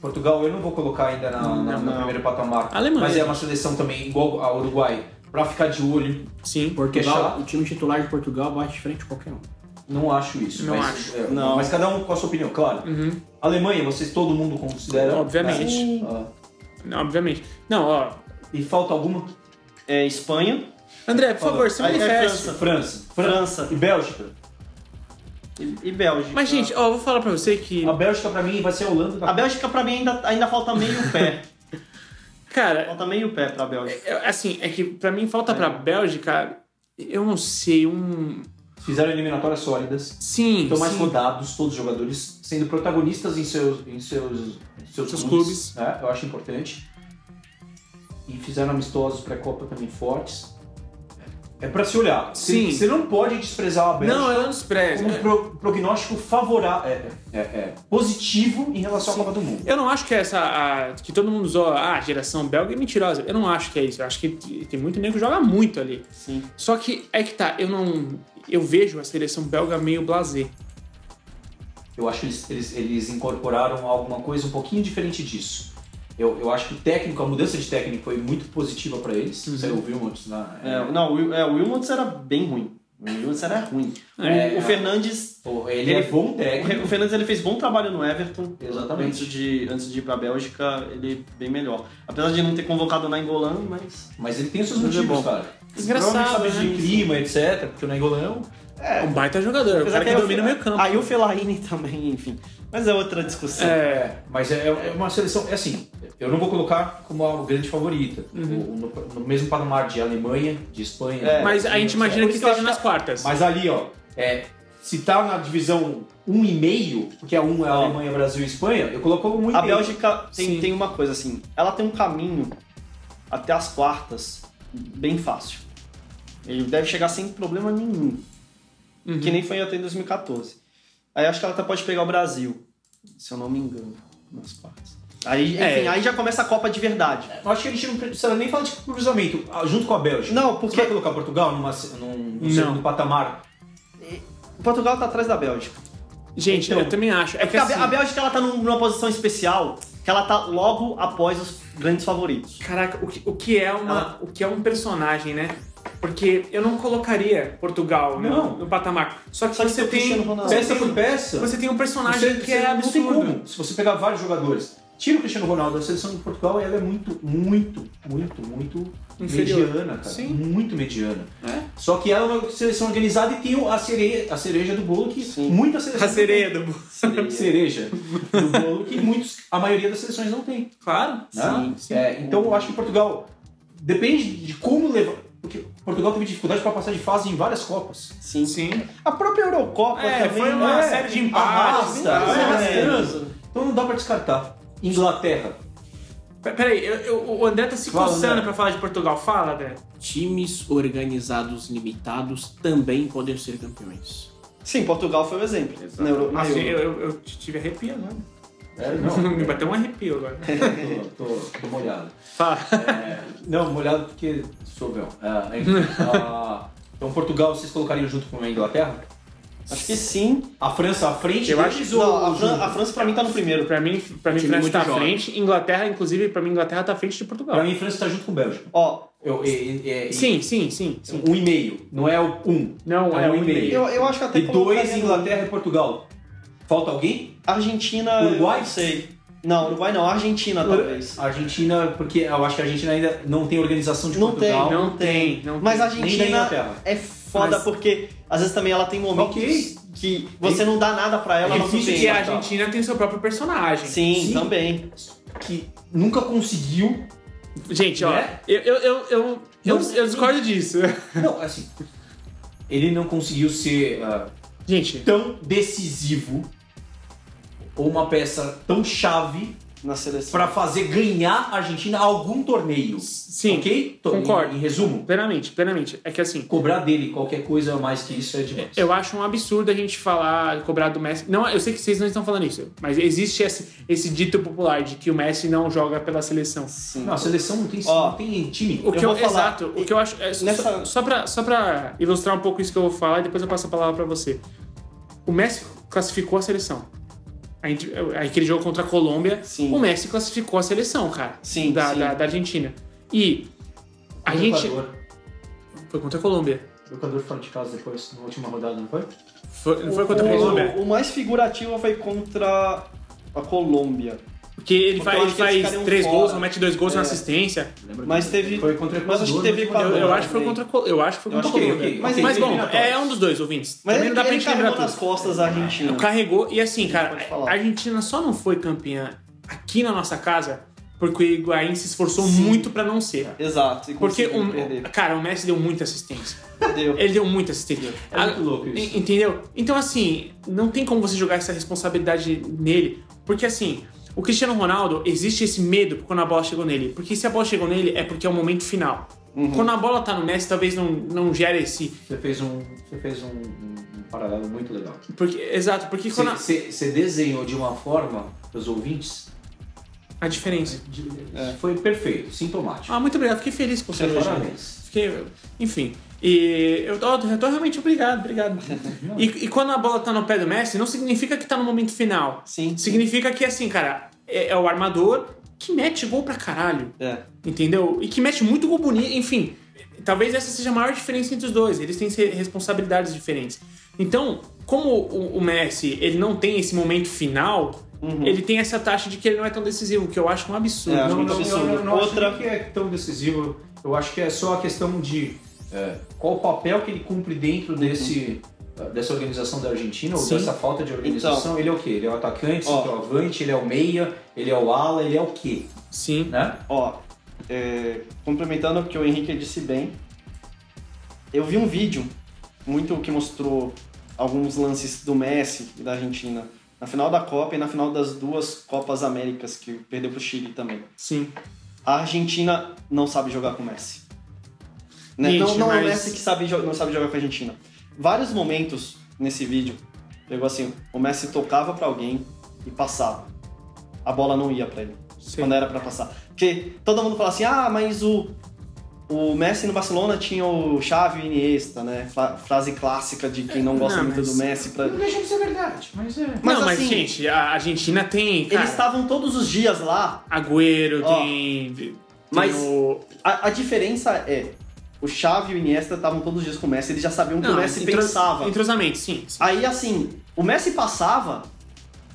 D: Portugal, eu não vou colocar ainda na, na-
E: Não,
D: no
E: não.
D: primeiro patamar.
B: Alemanha.
D: Mas é uma seleção também igual a Uruguai. Pra ficar de olho,
B: Sim.
D: Portugal,
C: Portugal, o time titular de Portugal bate de frente com qualquer um.
D: não acho isso.
B: Não
D: mas,
B: acho.
D: é,
E: Não.
D: Mas cada um com a sua opinião, claro.
B: Uhum.
D: Alemanha, vocês todo mundo considera.
B: Obviamente.
D: né? Ah,
B: Não, Obviamente. Não, ó.
D: e falta alguma?
E: É Espanha,
B: André, por
D: Fala.
B: favor, se
E: Aí é
B: manifeste.
E: França.
D: França.
E: França.
D: E Bélgica.
E: e, e Bélgica.
B: Mas, gente, ó, eu vou falar pra você que.
D: A Bélgica pra mim vai ser a Holanda. da-
E: A Bélgica pra mim ainda, ainda falta meio pé.
B: Cara,
E: falta meio pé pra Bélgica.
B: é- assim, é que pra mim falta pra Bélgica, eu não sei, um.
D: Fizeram eliminatórias sólidas.
B: Sim,
D: Estão mais
B: sim.
D: rodados, todos os jogadores sendo protagonistas em seus, em seus, em seus,
B: Seus
D: clubes. né? Eu acho importante. E fizeram amistosos pré-copa também fortes. É pra se olhar. Você-
B: Sim.
D: Você não pode desprezar a Bélgica
B: Não, é- eu não desprezo.
D: como pro- prognóstico favorável, é, positivo em relação à Copa do Mundo.
B: Eu não acho que é essa. a- que todo mundo usou ah, a geração belga é mentirosa. Eu não acho que é isso. Eu acho que tem muito nego que joga muito ali.
E: Sim.
B: Só que é que tá, eu não. Eu vejo a seleção belga meio blasé.
D: Eu acho que eles, eles, eles incorporaram alguma coisa um pouquinho diferente disso. Eu, eu acho que o técnico, a mudança de técnico foi muito positiva pra eles. Você ouviu antes né? na.
E: Uhum. É, não, o, Wil- é, o Wilmots era bem ruim. O Wilmots era ruim. O-
D: É.
E: o Fernandes
D: Pô, Ele é bom técnico.
E: O Fernandes ele fez bom trabalho no Everton.
D: Exatamente.
E: Antes de, antes de ir pra Bélgica, ele bem melhor. Apesar de não ter convocado o Nainggolan, mas.
D: Mas ele tem os seus
E: Mas é
D: motivos,
E: bom.
D: cara.
B: Desgraçado,
D: Provavelmente sabe
B: né?
D: de clima, etc. Porque o Nengolão.
B: É um baita jogador, o
E: Apesar
B: cara que
E: aí o
B: domina o
E: Fe-
B: meio campo.
E: Aí o Fellaini também, enfim. Mas é outra discussão.
D: É, mas é, é uma seleção. É assim, eu não vou colocar como a grande favorita. O- No, no mesmo patamar de Alemanha, de Espanha.
E: Uhum. É,
B: Mas a gente
D: etc.
B: imagina que
E: isso que tá eu
B: esteja
E: acho
B: nas quartas.
D: Mas ali, ó, é, se tá na divisão 1,5, porque a 1 é a
E: Ó.
D: Alemanha, Brasil e Espanha, eu coloco como 1,5.
E: A Bélgica tem,
B: Sim.
E: tem uma coisa assim, ela tem um caminho até as quartas bem fácil. Ele deve chegar sem problema nenhum.
B: Uhum.
E: Que nem foi até em 2014. Aí acho que ela até pode pegar o Brasil, se eu não me engano, nas quartas. Aí, enfim,
B: É.
E: aí já começa a Copa de verdade.
D: Eu acho que a gente não precisa nem falar de cruzamento ah, junto com a Bélgica.
E: Não,
D: Você
E: porque
D: vai colocar Portugal numa, se- num, num
B: Não.
D: segundo patamar?
E: Portugal tá atrás da Bélgica.
B: Gente,
E: Então,
B: eu também acho. É que
E: Porque a, Bé- a
B: assim,
E: Bélgica ela tá num- numa posição especial que ela tá logo após os grandes favoritos.
B: Caraca, o que, o que é
E: Ah.
B: uma, o que é um personagem, né? Porque eu não colocaria Portugal né,
D: Não.
B: no patamar. Só que
E: Só que
B: você
E: tem o
B: tem,
E: Cristiano Ronaldo.
B: você
D: Peça
B: tem,
D: por peça.
B: você tem um personagem que é
D: não tem
B: absurdo.
D: como. Se você pegar vários jogadores, tira o Cristiano Ronaldo da seleção de Portugal, ela é muito, muito, muito, muito
B: Inferior.
D: mediana, cara.
B: Sim.
D: Muito mediana. Só que ela é uma seleção organizada e tem a cereja, a cereja do bolo que muita seleção.
B: A sereia do
D: cereja do bolo que muitos, a maioria das seleções não tem.
B: Claro.
D: né? É, então eu acho que Portugal depende de como levar. Porque Portugal teve dificuldade para passar de fase em várias Copas.
E: Sim.
B: Sim.
E: A própria Eurocopa
B: É,
E: também,
B: foi uma
E: né?
B: série de empates.
D: Arrasta,
B: né?
D: arrastando. Ah, Então não dá para descartar. Inglaterra.
B: Pe- Peraí, eu- eu- o André tá se
D: Fala,
B: coçando
D: André.
B: pra falar de Portugal. Fala, André.
C: Times organizados limitados também podem ser campeões.
E: Sim, Portugal foi o exemplo. Na Euro, na
B: Nossa,
E: Euro.
B: eu, eu, eu tive arrepio agora.
D: É,
B: Me bateu um arrepio agora.
D: tô, tô- tô molhado. É, não, molhado porque sou meu. Ah, enfim, ah, então Portugal vocês colocariam junto com a Inglaterra?
E: Acho que sim.
D: A França à frente?
E: Eu
D: deles
E: acho
D: ou
E: não, a, Fran-
D: junto?
E: a França pra mim tá no primeiro.
B: Pra mim, pra mim
C: Time
B: França
C: muito
B: tá à
C: jovem.
B: frente. Inglaterra, inclusive, pra mim, Inglaterra tá à frente de Portugal.
D: Pra mim, a França está junto com a Bélgica.
E: Ó,
D: Eu, e- e- e-
B: Sim, sim, sim. sim.
D: Um e meio, não é o um.
B: Não, é um
D: um e
B: e
D: meio.
E: eu, eu acho que até
D: E dois,
E: colocaria um- no-
D: Inglaterra e Portugal. Falta alguém?
E: Argentina.
D: Uruguai?
E: eu Não sei. Não, Uruguai não. Argentina, talvez.
D: A Argentina, porque eu acho que a Argentina ainda não tem organização de
E: Não tem,
D: Portugal.
B: não tem, não
E: Mas a
D: tem. Nem da
E: Argentina
D: Inglaterra.
E: é foda
B: Mas-
E: porque às vezes também ela tem momentos
D: Ok.
E: que você não dá nada pra ela,
D: É
E: ela não
D: difícil
E: tem.
B: E a Argentina tem seu próprio personagem.
E: tá. Sim,
D: Sim.
E: também.
D: Que nunca conseguiu.
B: Gente, ó,
D: Né?
B: eu, eu, eu, eu, eu,
D: Não,
B: eu discordo disso.
D: Não, assim. Ele não conseguiu ser ah,
B: Gente,
D: tão decisivo ou uma peça tão chave
E: Na seleção.
D: pra fazer ganhar a Argentina algum torneio.
B: sim,
D: Ok? Tô-
B: concordo.
D: Em, em resumo,
B: plenamente, plenamente. É que assim,
D: cobrar dele qualquer coisa a mais que isso é demais.
B: eu acho um absurdo a gente falar, cobrar do Messi. Não, eu sei que vocês não estão falando isso, mas existe esse, esse dito popular de que o Messi não joga pela seleção.
E: Sim.
D: Não, a seleção não tem,
E: Ó.
D: não tem time.
B: O que eu,
E: vou falar-
B: exato, o que eu acho. é, só-
E: Nessa-
B: só, pra, só pra ilustrar um pouco isso que eu vou falar e depois eu passo a palavra pra você. O Messi classificou a seleção. A gente- é, Aquele jogo contra a Colômbia,
E: Sim.
B: o Messi classificou a seleção, cara.
E: Sim,
B: da,
E: sim.
B: Da, da Argentina. E a
D: O
B: gente.
D: Equador.
B: Foi contra a Colômbia.
D: O Equador fora de casa depois, na última rodada, não foi?
B: Foi, não
E: O-
B: foi contra a Colômbia.
E: o, o mais figurativo foi contra a Colômbia.
B: Porque ele
E: Porque eu
B: faz,
E: acho que eles
B: ele faz
E: ficariam
B: três
E: fora. É.
B: gols, não mete dois gols na assistência.
C: Lembra
E: Mas
C: que-
E: teve.
D: Foi contra o Equador.
E: Mas acho que teve
D: mas-
B: Eu,
E: Equador.
B: eu acho que foi contra a Colômbia. Eu acho que foi
E: Eu
B: contra a
E: acho que-
B: Colômbia.
E: ok,
B: Mas,
E: ok,
B: bom,
D: eliminatórias.
B: é um dos dois, ouvintes.
E: Mas
B: Também
E: ele,
B: não dá pra
E: ele
B: gente lembrar
E: carregou
B: tudo.
E: nas costas a Argentina.
B: Carregou, e assim,
E: Pode
B: cara,
E: falar.
B: a Argentina só não foi campeã aqui na nossa casa porque o Higuaín se esforçou muito pra não ser.
E: Exato. e
B: Porque, um-
E: conseguiu
B: o,
E: perder.
B: cara, o Messi deu muita assistência.
E: Deu.
B: Ele deu muita assistência.
D: É muito louco isso.
B: en- Ah, Entendeu? Então, assim, não tem como você jogar essa responsabilidade nele. Porque, assim, o Cristiano Ronaldo, existe esse medo quando a bola chegou nele. Porque se a bola chegou nele, é porque é o momento final.
D: Uhum.
B: Quando a bola tá no Messi, talvez não, não gere esse...
D: Você fez um, você fez um, um- um paralelo muito legal.
B: Porque, exato, porque quando a,
D: Você você desenhou de uma forma, os ouvintes,
B: a diferença...
D: de- foi perfeito, sintomático.
B: É.
D: é
B: Ah, muito obrigado. Fiquei feliz com o seu elogio.
D: Parabéns.
B: Fiquei, enfim. E eu tô, eu tô realmente obrigado, obrigado. E, e quando a bola tá no pé do Messi, não significa que tá no momento final.
E: Sim.
B: Significa que, assim, cara, é, é o armador que mete gol pra caralho.
E: É.
B: Entendeu? E que mete muito gol bonito. Enfim, talvez essa seja a maior diferença entre os dois. Eles têm se- responsabilidades diferentes. Então, como o, o Messi ele não tem esse momento final, ele tem essa taxa de que ele não é tão decisivo, que eu acho um absurdo.
E: Uhum. É,
D: Não,
E: muito
D: não, eu-
E: absurdo.
D: eu não
E: Outra-
D: acho nem que é tão decisivo. Eu acho que é só a questão de é, qual o papel que ele cumpre dentro desse, ah, dessa organização da Argentina ou
B: Sim.
D: dessa falta de organização. ele é o quê? Ele é o atacante,
E: Então. Ó.
D: centroavante, ele é o meia, ele é o ala, ele é o quê?
B: Sim.
D: Né?
E: Ó, é, complementando o que o Henrique disse bem, eu vi um vídeo muito que mostrou alguns lances do Messi e da Argentina na final da Copa e na final das duas Copas Américas que perdeu pro Chile também.
B: Sim.
E: A Argentina não sabe jogar com o Messi. Né?
B: Gente,
E: não não é o
B: mas-
E: Messi que sabe, jo- não sabe jogar com a Argentina. Vários momentos nesse vídeo, pegou assim, o Messi tocava pra alguém e passava. A bola não ia pra ele
B: Sim.
E: quando era pra passar. Porque todo mundo fala assim, ah, mas o, o Messi no Barcelona tinha o Xavi e o Iniesta, né? Fra- frase clássica de quem não gosta
B: Não,
E: muito
B: mas-
E: do Messi. Pra...
D: Não deixa de ser verdade, mas é.
E: Mas
B: não,
E: assim-
B: mas, gente, a Argentina tem. Cara,
E: Eles estavam todos os dias lá.
B: Agüero,
E: Ó,
B: tem. tem
E: mas-
B: o-
E: A, a diferença é, o Xavi e o Iniesta estavam todos os dias com o Messi, eles já sabiam o que
B: Não,
E: o Messi
D: então,
B: entros-
E: pensava.
B: Entrosamento, sim. sim.
E: Aí, assim, o Messi passava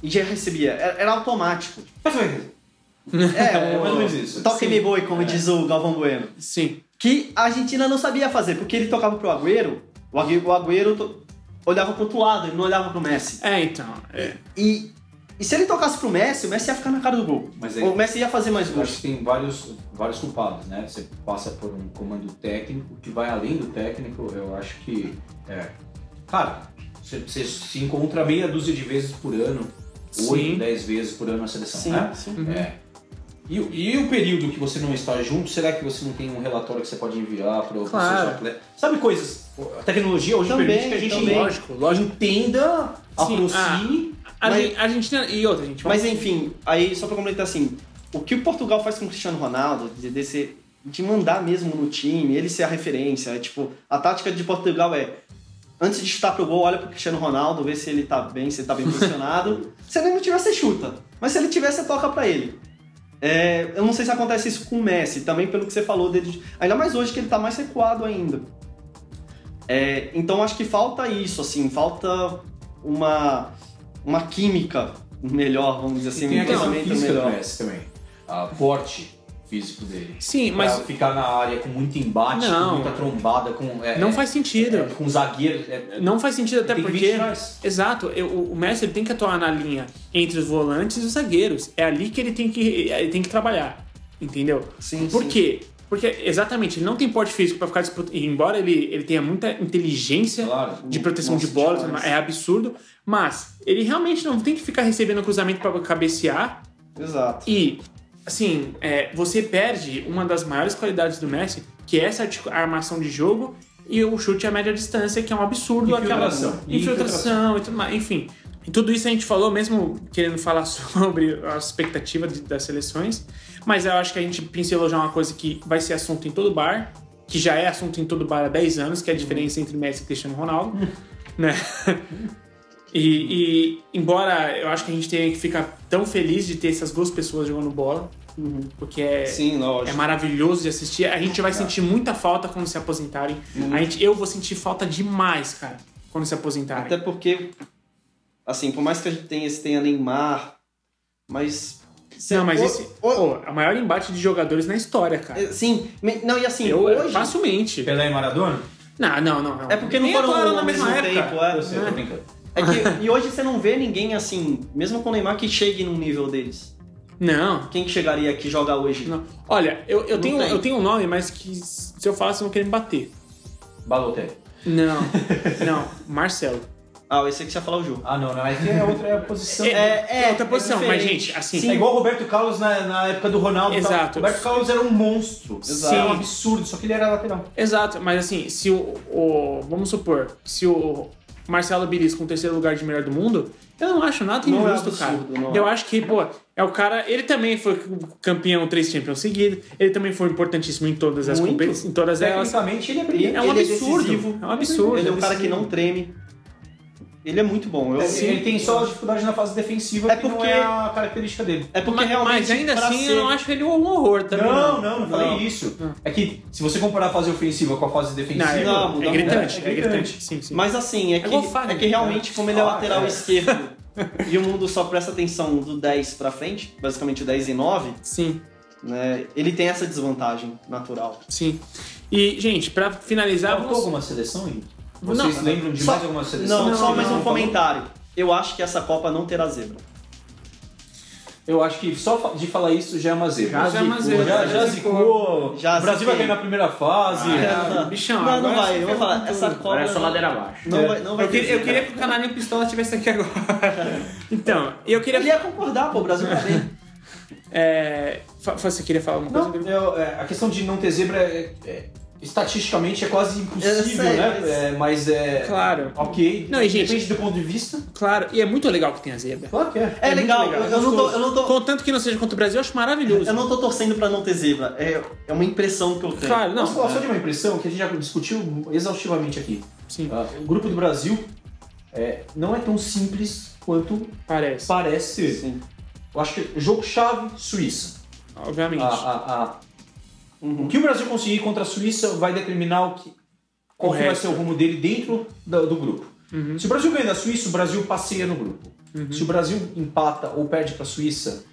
E: e já recebia. É, Era, era automático.
D: Mais ou menos.
E: É,
D: É
E: o-
D: mais ou menos isso. É.
E: Toque me boi, como diz o Galvão Bueno.
B: Sim.
E: que a Argentina não sabia fazer, porque ele tocava pro Agüero, o Agüero, o Agüero to- olhava pro outro lado, ele não olhava pro Messi.
B: É, então. é.
E: E, e se ele tocasse pro Messi, o Messi ia ficar na cara do gol.
D: Mas é aí-
E: o Messi ia fazer mais
D: Eu acho
E: gols.
D: que tem vários, vários culpados, né? Você passa por um comando técnico que vai além do técnico, eu acho que. É. Cara, você, você se encontra meia dúzia de vezes por ano,
B: Sim.
D: oito, dez vezes por ano na seleção,
E: Sim, Uhum.
D: né?
E: sim.
D: É. E, o- e o período que você não está junto, será que você não tem um relatório que você pode enviar para os
B: Claro.
D: seus atletas? Sabe coisas? A tecnologia hoje
E: Também,
D: Então, permite que a gente
E: também. Ah.
B: Lógico, lógico.
D: entenda, aproxime.
B: aproxime. A
E: Mas-
B: Argen- a Argentina. E outra, gente.
E: Mas
B: vamos-
E: enfim, aí só pra completar assim, o que o Portugal faz com o Cristiano Ronaldo, de, de, ser- de mandar mesmo no time, ele ser a referência, é tipo, a tática de Portugal é, antes de chutar pro gol, olha pro Cristiano Ronaldo, vê se ele tá bem, se ele tá bem posicionado. se ele não tiver, você chuta. Mas se ele tiver, você toca pra ele. É, eu não sei se acontece isso com o Messi, também pelo que você falou dele. Ainda mais hoje que ele tá mais recuado ainda. É, então acho que falta isso, assim, falta uma, uma química melhor, vamos dizer assim,
D: tem a
E: um
D: questão
E: pensamento
D: física do
E: melhor.
D: Messi também. A porte físico dele.
B: Sim,
D: Mas
B: mas
D: ficar na área com muito embate,
B: Não.
D: com muita trombada, com. é,
B: não
D: é,
B: faz sentido.
D: é, com zagueiro. é,
B: Não faz sentido até
D: tem que vir
B: porque.
D: de trás.
B: Exato, eu- o o Messi ele tem que atuar na linha entre os volantes e os zagueiros. É ali que ele tem que, ele tem que trabalhar. Entendeu?
E: Sim,
B: Por
E: sim.
B: quê? Porque, exatamente, ele não tem porte físico pra ficar disputando. Embora ele, ele tenha muita inteligência
D: Claro.
B: de proteção
E: Nossa,
B: de bola,
E: demais.
B: é absurdo. Mas ele realmente não tem que ficar recebendo cruzamento pra cabecear.
E: Exato.
B: E, assim, é, você perde uma das maiores qualidades do Messi, que é essa articu- armação de jogo e o chute à média distância, que é um absurdo. aquela-
D: Infiltração.
B: Infiltração e tudo mais. Enfim, e tudo isso a gente falou, mesmo querendo falar sobre a expectativa de- das seleções. Mas eu acho que a gente pincelou já uma coisa que vai ser assunto em todo bar, que já é assunto em todo bar há 10 anos, que é a diferença entre Messi e Cristiano Ronaldo. né? E, e embora eu acho que a gente tenha que ficar tão feliz de ter essas duas pessoas jogando bola, porque é,
E: Sim,
B: é
E: lógico.
B: maravilhoso de assistir. A gente vai sentir muita falta quando se aposentarem.
E: Uhum.
B: A gente, eu vou sentir falta demais, cara, quando se
D: É
B: aposentarem.
E: Até porque, assim, por mais que a gente tenha, esse tenha Neymar, mas...
B: Não, mas
E: O-
B: esse
E: o-
B: pô, é o maior embate de jogadores na história, cara.
E: é, Sim, me- não, e assim,
B: Eu,
E: hoje...
B: facilmente.
D: Pelé e Maradona?
B: Não, não, não, não.
E: É porque não
B: Nem
E: foram
B: agora,
E: ao mesmo tempo, é.
D: Eu sei,
B: né?
D: tô brincando.
E: É que, e hoje você não vê ninguém assim, mesmo com o Neymar, que chegue num nível deles.
B: Não,
E: Quem que chegaria aqui jogar hoje?
B: não. Olha, eu, eu, tenho,
E: tem.
B: eu tenho um nome, mas que se eu falar, vocês vão querer me bater.
D: Balotelli.
B: Não, não, Marcelo.
E: Ah, eu sei que você ia falar o jogo.
D: Ah, não, não. Mas que é outra posição.
B: É, outra posição, mas,
E: diferente.
B: gente, assim,
D: É igual o Roberto Carlos na, na época do Ronaldo. e tal.
B: Exato.
D: O Roberto Carlos era um monstro.
B: Exato.
D: Era um absurdo, só que ele era lateral.
B: Exato, mas assim, se o, o- Vamos supor, se o Marcelo Birisco com o terceiro lugar de melhor do mundo, eu não acho nada
E: Não é
B: injusto,
E: absurdo,
B: cara.
E: não é.
B: Eu acho que, pô, é o cara. Ele também foi campeão três champions seguidos, ele também foi importantíssimo em todas as
E: Muito.
B: competições, em todas elas.
D: Tecnicamente ele é
B: É
D: brilhante.
B: um
E: ele é
B: absurdo.
E: decisivo.
B: É um absurdo.
E: Ele é um cara que não treme. Ele é muito bom. Eu,
D: Ele- Ele tem só dificuldade na fase defensiva,
E: É
D: que não
E: porque-
D: é a característica dele.
E: É porque
B: Mas,
E: realmente.
B: mas ainda
E: pra
B: assim,
E: ser-
B: eu não acho ele um horror também.
D: Não, não, não falei
E: Não.
D: isso. É que se você comparar a fase ofensiva com a fase
B: Não, é,
D: defensiva,
E: Não,
B: é
E: muda
B: gritante,
D: muito.
B: é
D: É
B: gritante.
D: gritante.
B: Sim, sim.
E: Mas assim, é que,
B: igual o Fagner, né?
E: é que realmente, como ele é
D: Ah,
E: lateral
D: cara.
E: esquerdo e o mundo só presta atenção do 10 pra frente, basicamente 10 e 9,
B: Sim,
E: né? Ele tem essa desvantagem natural.
B: sim. E, gente, pra finalizar,
D: faltou
B: vamos...
D: alguma seleção, Henrique?
B: Não.
D: Vocês lembram de
E: Só-
D: mais alguma seleção?
E: Não, só
B: não,
E: mais
B: não,
E: um comentário. Eu acho que essa Copa não terá zebra.
D: Eu acho que só fa- de falar isso já é uma zebra.
B: Já é uma zebra,
D: Já,
B: já
D: já
B: zicou.
D: zicou.
E: Já
D: o Brasil vai
E: ziquei.
D: cair na primeira fase.
B: Ah, bichão,
E: não,
B: agora
E: não
B: você
E: vai. Eu vou
B: ferrou
E: falar,
B: com
E: essa
B: tudo.
E: Copa
C: Agora é só
E: não,
C: ladeira abaixo.
E: não vai, não vai
B: Eu queria,
E: ter
B: eu
E: zebra.
B: queria que o Canarinho Pistola estivesse aqui agora. Então, eu queria.
E: Ele ia concordar, pô, o Brasil tá bem.
B: É, fa- você queria falar alguma
D: Não,
B: coisa?
D: eu- é, a questão de não ter zebra é- é- estatisticamente é quase
E: Eu
D: impossível,
E: sei,
D: né?
E: mas-
D: É, mas é.
B: Claro,
D: Ok.
B: Não, e, gente-
D: Depende do ponto de vista.
B: claro. E é muito legal que tenha zebra.
D: Claro que é.
E: É,
B: muito
E: legal,
B: legal,
E: eu- eu, não tô, eu, não tô,
B: Contanto que não seja contra o Brasil, eu acho maravilhoso.
E: eu não tô torcendo pra não ter zebra. É, é uma impressão que eu tenho.
B: Claro,
D: Posso falar
B: não. é.
D: só de uma impressão que a gente já discutiu exaustivamente aqui.
B: Sim,
D: Ah, O grupo do Brasil é, não é tão simples quanto
B: parece.
D: parece ser.
E: Sim.
D: Eu acho que é jogo-chave, Suíça.
B: Obviamente.
D: a- a-
B: ah,
D: a-
B: Uhum.
D: O que o Brasil conseguir contra a Suíça vai determinar o que, qual que vai
B: resto.
D: ser o rumo dele dentro da- do grupo.
B: Uhum.
D: Se o Brasil ganha da Suíça, o Brasil passeia no grupo. Se o Brasil empata ou perde para a Suíça,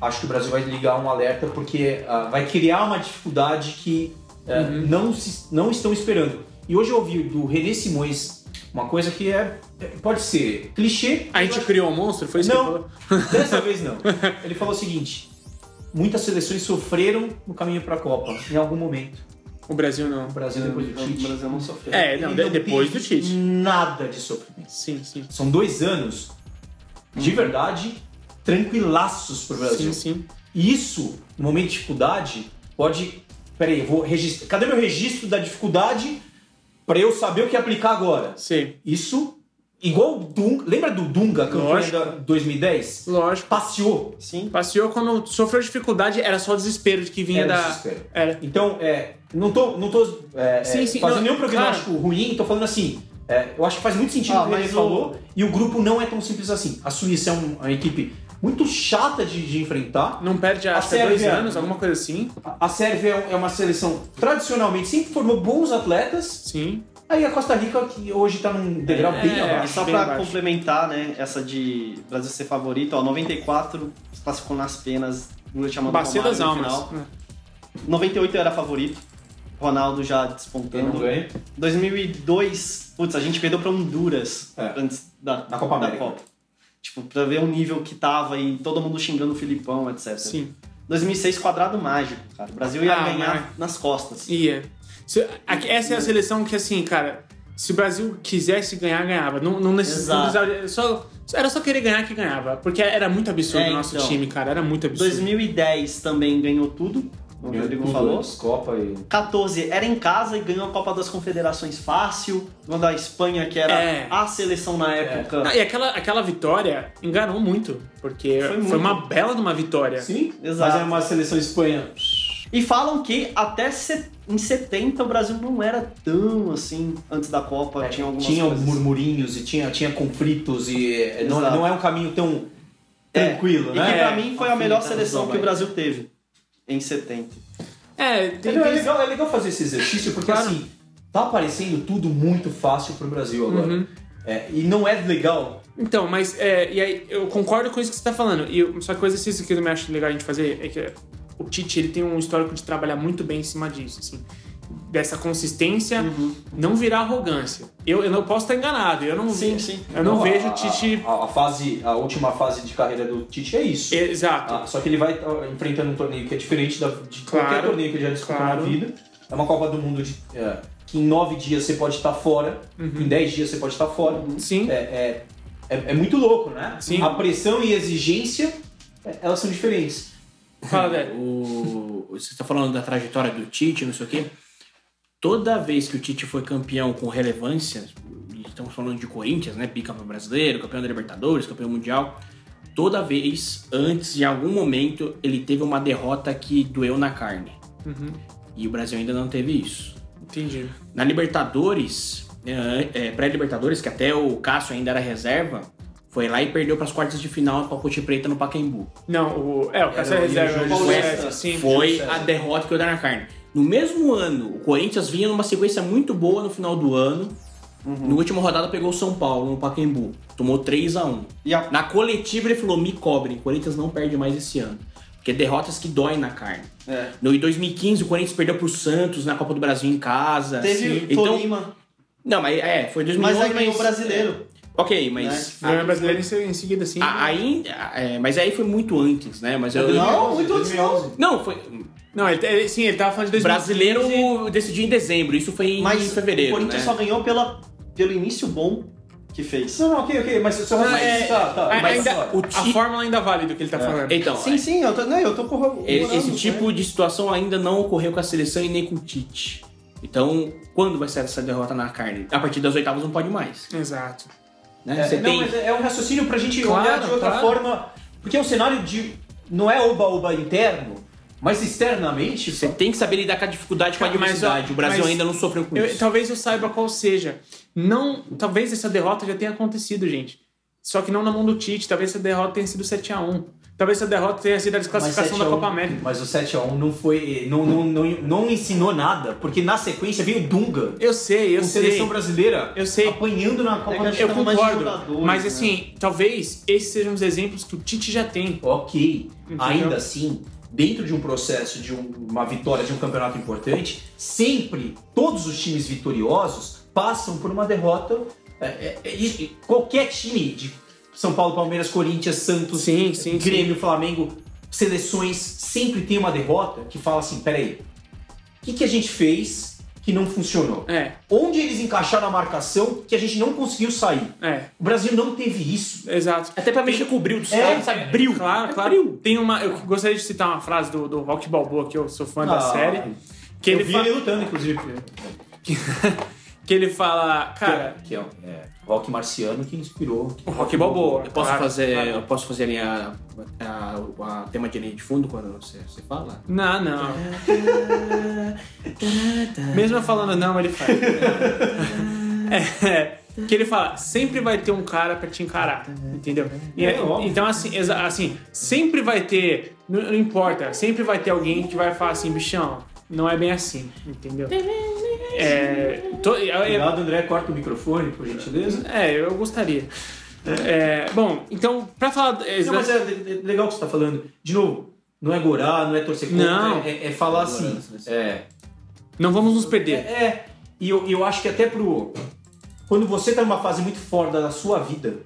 D: acho que o Brasil vai ligar um alerta porque ah, vai criar uma dificuldade que eh,
B: Uhum.
D: não, se- não estão esperando. E hoje eu ouvi do René Simões uma coisa que é pode ser clichê.
B: a gente criou um monstro? Foi isso que
D: Não,
B: eu
D: dessa vez não. Ele falou o seguinte: muitas seleções sofreram no caminho para a Copa, em algum momento.
B: O Brasil não.
D: O Brasil depois do
E: O
D: Tite.
E: Brasil não sofreu.
B: É, não,
D: ele
B: de-
D: não
B: depois do
D: teve
B: Tite.
D: Nada de sofrimento.
B: Sim, sim.
D: São dois anos de verdade tranquilaços pro
B: Sim,
D: Brasil.
B: sim.
D: E isso, no momento de dificuldade, pode. Peraí, eu vou registrar. Cadê meu registro da dificuldade para eu saber o que aplicar agora?
B: Sim.
D: Isso, igual o Dunga. Lembra do Dunga, campeão
B: Lógico.
D: da 2010?
B: Lógico.
D: Passeou.
E: Sim.
B: Passeou quando sofreu dificuldade, era só o desespero de que vinha
D: Era
B: É da.
D: desespero.
B: Era.
D: Então, é, não tô, não tô é,
B: Sim,
D: é,
B: sim,
D: fazendo
B: não,
D: nenhum prognóstico ruim, tô falando assim. é, eu acho que faz muito sentido
E: Ah,
D: o que ele
E: mas o-
D: falou, e o grupo não é tão simples assim. A Suíça é um- uma equipe muito chata de, de enfrentar.
B: Não perde
D: A
B: acho que há dois
D: Sérvia.
B: anos, alguma coisa assim.
D: A- A Sérvia é um- é uma seleção tradicionalmente sempre formou bons atletas.
B: Sim.
D: Aí a Costa Rica, que hoje tá num degrau bem
B: É,
E: E
D: abaixo.
E: só
B: Bem
E: pra
B: abaixo.
E: complementar, né, essa de Brasil ser favorito, ó, 94 se classificou nas penas, Lula chamando
B: Bacia
E: Romário
B: das
E: no
B: almas.
E: final. 98 era favorito, Ronaldo já despontando.
D: ganha.
E: 2002, putz, a gente perdeu pra Honduras
D: É.
E: antes da,
D: Na Copa
E: da
D: América.
E: Copa. Tipo, pra ver o nível que tava e todo mundo xingando o Filipão, etc.
B: Sim.
E: 2006, quadrado mágico, cara. O Brasil ia
B: Ah,
E: ganhar
B: mas-
E: nas costas.
B: Ia. é. Se- aqui- essa é a seleção que, assim, cara, se o Brasil quisesse ganhar, ganhava. Não, não necess- não
E: Exato.
B: precisava. Só, era só querer ganhar que ganhava. Porque era muito absurdo
E: É,
B: o nosso
E: então.
B: time, cara. Era muito absurdo.
E: 2010 também ganhou tudo, o Rodrigo falou.
D: Copa e
E: 14 era em casa e ganhou a Copa das Confederações fácil, ganhou da Espanha, que era
B: É.
E: a seleção na época.
B: Ah, e aquela, aquela vitória enganou muito. Porque
E: Foi
B: foi,
E: muito.
B: uma bela de uma vitória.
D: Sim,
E: Exato.
D: mas é uma seleção Espanha.
E: E falam que até se- em 70 o Brasil não era tão assim antes da Copa, tinha algumas
D: tinha
E: coisas.
D: murmurinhos e tinha, tinha conflitos e é, não,
E: Exato.
D: não é um caminho tão
E: É,
D: tranquilo,
E: E que
D: né?
E: pra mim foi a melhor
D: Afinitando
E: seleção
D: os
E: que o
D: homens.
E: Brasil teve em 70.
B: É,
D: É,
B: tem,
D: não, é,
B: tem-
D: legal, é legal fazer esse exercício porque
B: Claro.
D: assim tá aparecendo tudo muito fácil pro Brasil agora.
B: Uhum.
D: É, e não é legal.
B: Então, mas é, e aí, eu concordo com isso que você tá falando. E eu- só que o exercício que eu também acho legal a gente fazer é que o Tite ele tem um histórico de trabalhar muito bem em cima disso. Assim. dessa consistência não virar arrogância. Eu, eu não posso estar enganado, eu não
E: Sim, sim.
B: eu não
D: a-
B: vejo
D: a-
B: o Tite
D: A, a fase, a última fase de carreira do Tite é isso.
B: exato.
D: ah, Ah, só que ele vai ah, enfrentando um torneio que é diferente da- de qualquer
B: Claro,
D: torneio que ele já disputou
B: claro.
D: na vida. É uma Copa do Mundo de- é, que em nove dias você pode estar fora, em dez dias você pode estar fora.
B: Uhum. Sim.
D: É, é- é- é muito louco, né?
B: Sim.
D: A pressão e a exigência, é, elas são diferentes.
B: Fala, velho.
C: O, você está falando da trajetória do Tite, não sei o quê. Toda vez que o Tite foi campeão com relevância, e estamos falando de Corinthians, né? Bicampeão brasileiro, campeão da Libertadores, campeão mundial. Toda vez, antes, em algum momento, ele teve uma derrota que doeu na carne. E o Brasil ainda não teve isso.
B: Entendi.
C: Na Libertadores, é, é, pré-Libertadores, que até o Cássio ainda era reserva, foi lá e perdeu para as quartas de final para a Ponte Preta no Pacaembu.
B: Não, o é, o Cássio é
C: Era o
B: reserva,
C: Júlio
B: o
C: César.
B: César, sim.
C: foi
E: é.
C: a derrota que eu dei na carne. No mesmo ano, o Corinthians vinha numa sequência muito boa no final do ano.
E: Uhum.
C: Na última rodada pegou o São Paulo no Pacaembu. Tomou 3 a 1
E: E a-
C: Na coletiva ele falou: me cobrem, o Corinthians não perde mais esse ano. Porque derrotas que doem na carne.
E: É.
C: No, em 2015, o Corinthians perdeu pro Santos na Copa do Brasil em casa.
E: Teve
C: Sim. Então,
E: Tolima,
C: Não, mas é, foi 2011,
E: mas aí ganhou o brasileiro. Né?
C: Ok, mas...
B: Foi brasileiro em se- em seguida, sim.
C: a- aí, é, mas aí foi muito antes, né? Mas eu...
E: É Não, muito antes não.
C: Não, foi...
B: Não, ele, ele- sim, ele tava falando de 2015.
C: Brasileiro decidiu em dezembro, isso foi em
E: Mas
C: fevereiro,
E: o Corinthians
C: né?
E: só ganhou pela, pelo início bom que fez.
D: Não, não, ok, ok, mas o seu raciocínio
B: é-
D: tá, tá,
B: A-
D: mas
B: ainda-
D: só-
C: o
B: A
C: Tite-
B: fórmula ainda vale do que ele tá falando.
C: Então,
E: Sim, sim, eu tô, não, eu tô corroborando.
C: é, esse
B: um
E: né?
C: tipo de situação ainda não ocorreu com a seleção e nem com o Tite. Então, quando vai ser essa derrota na carne? A partir das oitavas não pode mais,
B: Exato.
C: né?
D: É,
C: Você
D: não,
C: tem...
D: mas é um raciocínio pra gente
B: Claro,
D: olhar de outra
B: claro.
D: forma. Porque é um cenário de. não é oba-oba interno, mas externamente.
C: Você tem que saber lidar com a dificuldade, com a
B: Mas, ó,
C: adversidade. O Brasil
B: mas
C: ainda não sofreu com
B: Eu-
C: isso.
B: talvez eu saiba qual seja. Não, talvez essa derrota já tenha acontecido, gente. Só que não na mão do Tite. Talvez essa derrota tenha sido 7x1. Talvez essa derrota tenha sido a desclassificação da
D: 7 a 1
B: Copa América.
D: Mas o 7x1 não foi. Não, não, não, não ensinou nada, porque na sequência veio Dunga.
B: Eu sei, eu
D: com
B: sei.
D: seleção brasileira
B: Eu sei.
D: apanhando
E: É
D: na
E: que
D: Copa
E: a
D: do
E: gente
B: Eu
E: tava mais de
B: concordo.
E: jogadores,
B: Mas
E: né?
B: assim, talvez esses sejam os exemplos que o Tite já tem.
D: Ok.
B: Entendeu?
D: Ainda assim, dentro de um processo de um- uma vitória de um campeonato importante, sempre todos os times vitoriosos passam por uma derrota. É, é, é, e- e qualquer time de São Paulo, Palmeiras, Corinthians, Santos,
B: Sim, sim, sim.
D: Grêmio, Flamengo, seleções sempre tem uma derrota que fala assim: peraí, o que, que a gente fez que não funcionou?
B: É,
D: Onde eles encaixaram a marcação que a gente não conseguiu sair?
B: é,
D: O Brasil não teve isso.
B: exato.
C: Até pra mexer com o bril dos
D: É,
C: caras, sabe? Bril.
B: Claro,
C: É
B: claro.
C: bril.
B: Tem uma. Eu gostaria de citar uma frase do, do Rock Balboa, que eu sou fã da
D: Ah,
B: série. Que
D: eu
B: ele,
D: vi
B: fa-
D: ele lutando, inclusive.
B: que ele fala. Cara,
D: que é, é rock marciano que inspirou.
B: o Rock Balboa.
C: Eu posso
B: então, claro,
C: fazer,
B: claro.
C: eu posso fazer a minha a, a tema de linha de fundo quando você, você fala?
B: Não, não. Mesmo eu falando não, ele faz. É, que ele fala, sempre vai ter um cara pra te encarar, entendeu? E é-
D: É, óbvio.
B: então, assim, exa- assim, sempre vai ter, não, não importa, sempre vai ter alguém que vai falar assim, bichão, não é bem assim, entendeu? É, to- é-
D: Obrigado, André. Corta o microfone, por gentileza.
B: é, eu gostaria. É, bom, então, pra falar. é,
D: Não, mas é, é legal o que você tá falando. De novo, não é gorar, não é torcer contra.
B: Não.
D: É, é falar assim. É.
B: não vamos nos
D: É.
B: perder.
D: é. E eu, eu acho que até pro... Quando você tá numa fase muito foda da sua vida,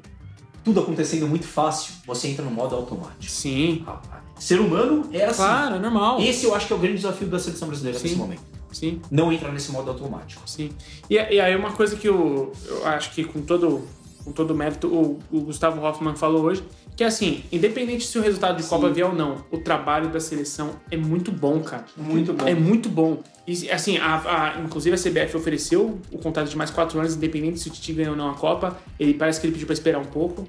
D: tudo acontecendo muito fácil, você entra no modo automático.
B: Sim,
D: Rapaz. Ser humano é assim.
B: claro, é normal.
D: Esse eu acho que é o grande desafio da seleção brasileira
B: Sim.
D: nesse momento.
B: Sim.
D: Não entrar nesse modo automático.
B: Sim. E, e aí uma coisa que eu, eu acho que com todo com todo o mérito o, o Gustavo Hoffmann falou hoje, que é assim, independente se o resultado de Copa vier ou não, o trabalho da seleção é muito bom, cara.
E: Muito bom.
B: É muito bom. E assim, a, a- inclusive a CBF ofereceu o contrato de mais quatro anos, independente se o Tite ganha ou não a Copa. Ele parece que ele pediu pra esperar um pouco.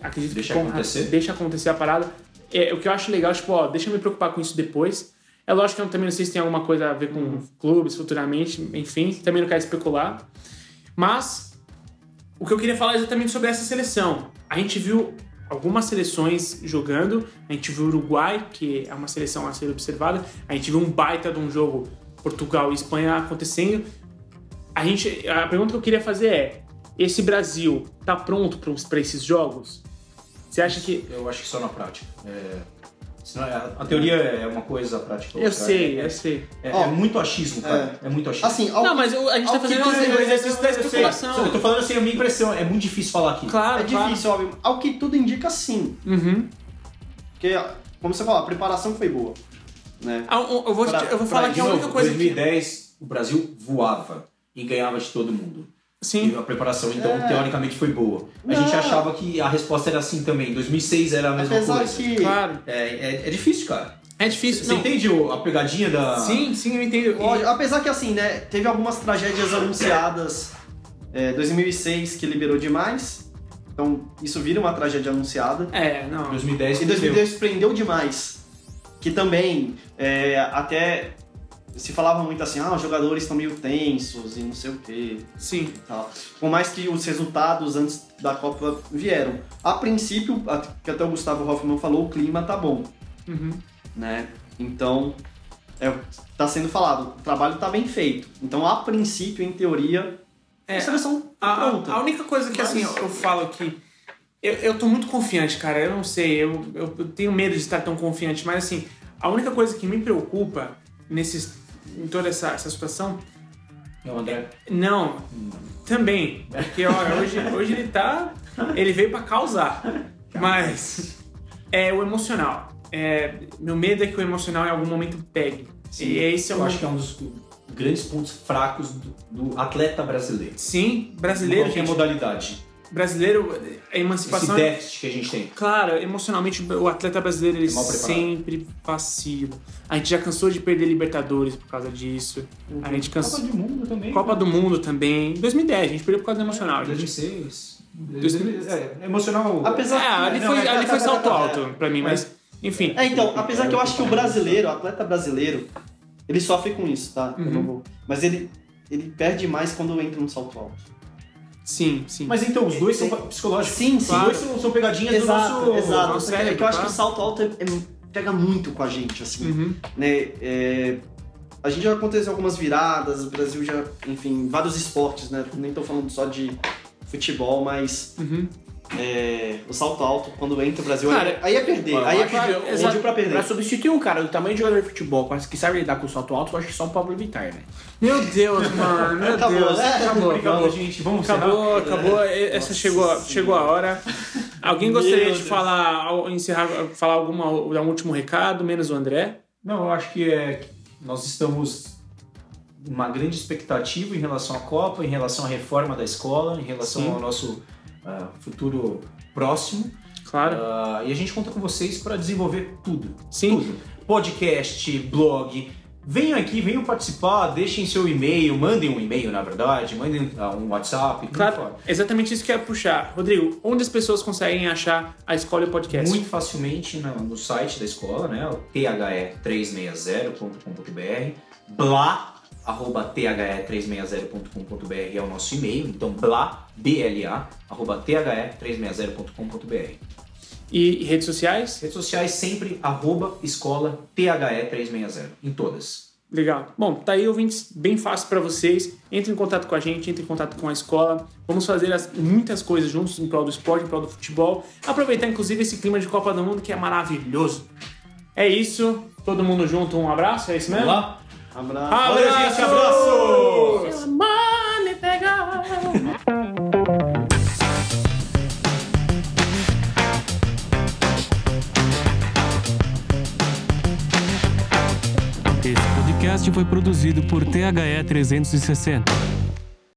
B: Acredito
D: Deixa
B: que
D: acontecer.
B: deixa acontecer a parada. É, o que eu acho legal, tipo, ó, deixa eu me preocupar com isso depois. É lógico que eu também não sei se tem alguma coisa a ver com
D: Uhum.
B: clubes futuramente, enfim, também não quero especular. Mas o que eu queria falar é exatamente sobre essa seleção. A gente viu algumas seleções jogando, a gente viu o Uruguai, que é uma seleção a ser observada, a gente viu um baita de um jogo Portugal e Espanha acontecendo. A gente, a pergunta que eu queria fazer é: esse Brasil tá pronto para esses jogos? Você acha que
D: Eu acho que só na prática. Sei lá, A teoria é uma coisa, a prática é
B: Eu
D: outra.
B: sei, eu sei.
D: É,
E: Ó,
D: é muito achismo, cara. É, muito achismo.
E: Assim, ao
B: Não, mas eu- a gente tá
E: Ao que
B: fazendo
E: tu-
B: um exercício da
D: Eu sei, só- eu
B: especulação.
D: tô falando assim, a minha impressão. É muito difícil falar aqui.
B: Claro,
E: é difícil, óbvio. Ao que tudo indica, sim.
B: claro. Uhum.
E: Porque, como você falou, a preparação foi boa. Né?
B: Ah, um- Eu vou, te-
E: Pra-
B: eu vou
E: pra
B: falar que
D: De
B: a
D: novo,
B: única coisa que...
D: 2010, o Brasil voava e ganhava de todo mundo.
B: Sim. É.
D: E a preparação, então, teoricamente foi boa. A gente
E: Não.
D: achava que a resposta era assim também. 2006 era a mesma
E: Apesar
D: coisa.
E: que.
B: Claro.
D: É, é, é difícil, cara.
B: É difícil.
D: Você
B: Não.
D: entende o- a pegadinha da...
B: Sim, sim, eu entendo. E-
E: Lógico, apesar que assim, né, teve algumas tragédias anunciadas. É, 2006 que liberou demais. Então, isso vira uma tragédia anunciada.
B: É, não.
D: 2010
E: E
D: aconteceu.
E: 2010 prendeu demais. Que também, é, até se falava muito assim, ah, os jogadores estão meio tensos e não sei o quê
B: Sim.
E: e tal. Por mais que os resultados antes da Copa vieram. A princípio, a- que até o Gustavo Hoffman falou, o clima tá bom
B: Uhum.
E: né? Então, é, tá sendo falado, o trabalho tá bem feito. Então, a princípio, em teoria,
B: É,
E: a seleção
B: A,
E: pronta.
B: a única coisa que assim, eu falo que. Eu, eu tô muito confiante, cara. Eu não sei, eu, eu eu tenho medo de estar tão confiante, mas assim, a única coisa que me preocupa nesses, em toda essa, essa situação.
D: É o André.
B: Não, também. Porque, olha, hoje, hoje ele tá. Ele veio pra causar. Mas. É o emocional. É, meu medo é que o emocional em algum momento pegue. E esse é
D: eu
B: um
D: acho que é um dos grandes pontos fracos do, do atleta brasileiro.
B: Sim, brasileiro,
D: Qualquer
B: gente,
D: modalidade.
B: brasileiro, a
D: Esse
B: emancipação. é-
D: déficit que a gente tem.
B: Claro, emocionalmente o atleta brasileiro ele
D: É mal preparado.
B: sempre vacila. A gente já cansou de perder Libertadores por causa disso. A gente cansou.
D: do Mundo também.
B: Copa do Mundo também. 2010, a gente perdeu por causa do emocional. gente.
D: 2006. É, emocional.
E: apesar
B: É, ali
E: que,
B: foi,
E: Não, é,
B: ali
E: tá,
B: foi
E: tá, tá,
B: salto
E: tá,
B: alto pra mim, mas enfim.
E: É, então, apesar que eu acho que o brasileiro, o atleta brasileiro, ele sofre com isso, tá? Eu
B: Uhum.
E: não vou. Mas ele, ele perde mais quando entra no salto alto.
B: Sim, sim.
D: Mas então, os dois
B: É,
D: são psicológicos.
E: Sim, sim.
D: Os dois são, são pegadinhas
E: Exato,
D: do nosso...
E: exato.
B: nosso
E: é que
B: cérebro,
E: eu acho
B: tá?
E: que o salto alto é- é- pega muito com a gente, assim.
B: Uhum.
E: né, é, a gente já aconteceu algumas viradas, o Brasil já, enfim, vários esportes, né? Nem tô falando só de futebol, mas
B: Uhum.
E: é, o salto alto, quando entra o Brasil,
C: Cara,
E: aí é perder, aí é perder,
C: que
E: ódio pra
C: Pra
E: perder.
C: substituir um cara do tamanho de jogador de futebol, quase que sabe lidar com o salto alto, eu acho que só o Pablo Vittar, né?
B: Meu Deus, mano. Meu
E: Acabou,
B: Deus.
E: né?
B: Acabou,
D: Obrigado,
B: acabou.
D: É, gente. Vamos encerrar.
B: Acabou, acabou. Essa chegou, a- chegou a hora. Alguém gostaria de falar, ao- encerrar, falar alguma, dar um último recado, menos o André?
D: Não, eu acho que é, nós estamos uma grande expectativa em relação à Copa, em relação à reforma da escola, em relação
B: Sim.
D: ao nosso ah, futuro próximo.
B: Claro.
D: Ah, e a gente conta com vocês para desenvolver tudo.
B: Sim.
D: Tudo. Podcast, blog. Venham aqui, venham participar, deixem seu e-mail, mandem um e-mail, na verdade, mandem ah, um WhatsApp. tudo
B: Claro,
D: fora.
B: é exatamente isso que eu ia puxar. Rodrigo, onde as pessoas conseguem achar a escola e o podcast?
D: muito facilmente na- no, site da escola, né? O the360.com.br, blá, arroba the360.com.br é o nosso e-mail, então blá, bla, arroba the360.com.br.
B: E redes sociais?
D: Redes sociais sempre arroba escola the360, em todas.
B: Legal. Bom, tá aí, ouvintes, bem fácil pra vocês. Entre em contato com a gente, entre em contato com a escola. Vamos fazer as- muitas coisas juntos em prol do esporte, em prol do futebol. Aproveitar, inclusive, esse clima de Copa do Mundo que é maravilhoso. É isso. Todo mundo junto, um abraço. É isso mesmo?
D: Blá.
E: Abraço.
B: Abraço!
D: gente, abraço!
B: Seu amor me pegou.
A: Esse podcast foi produzido por THE 360.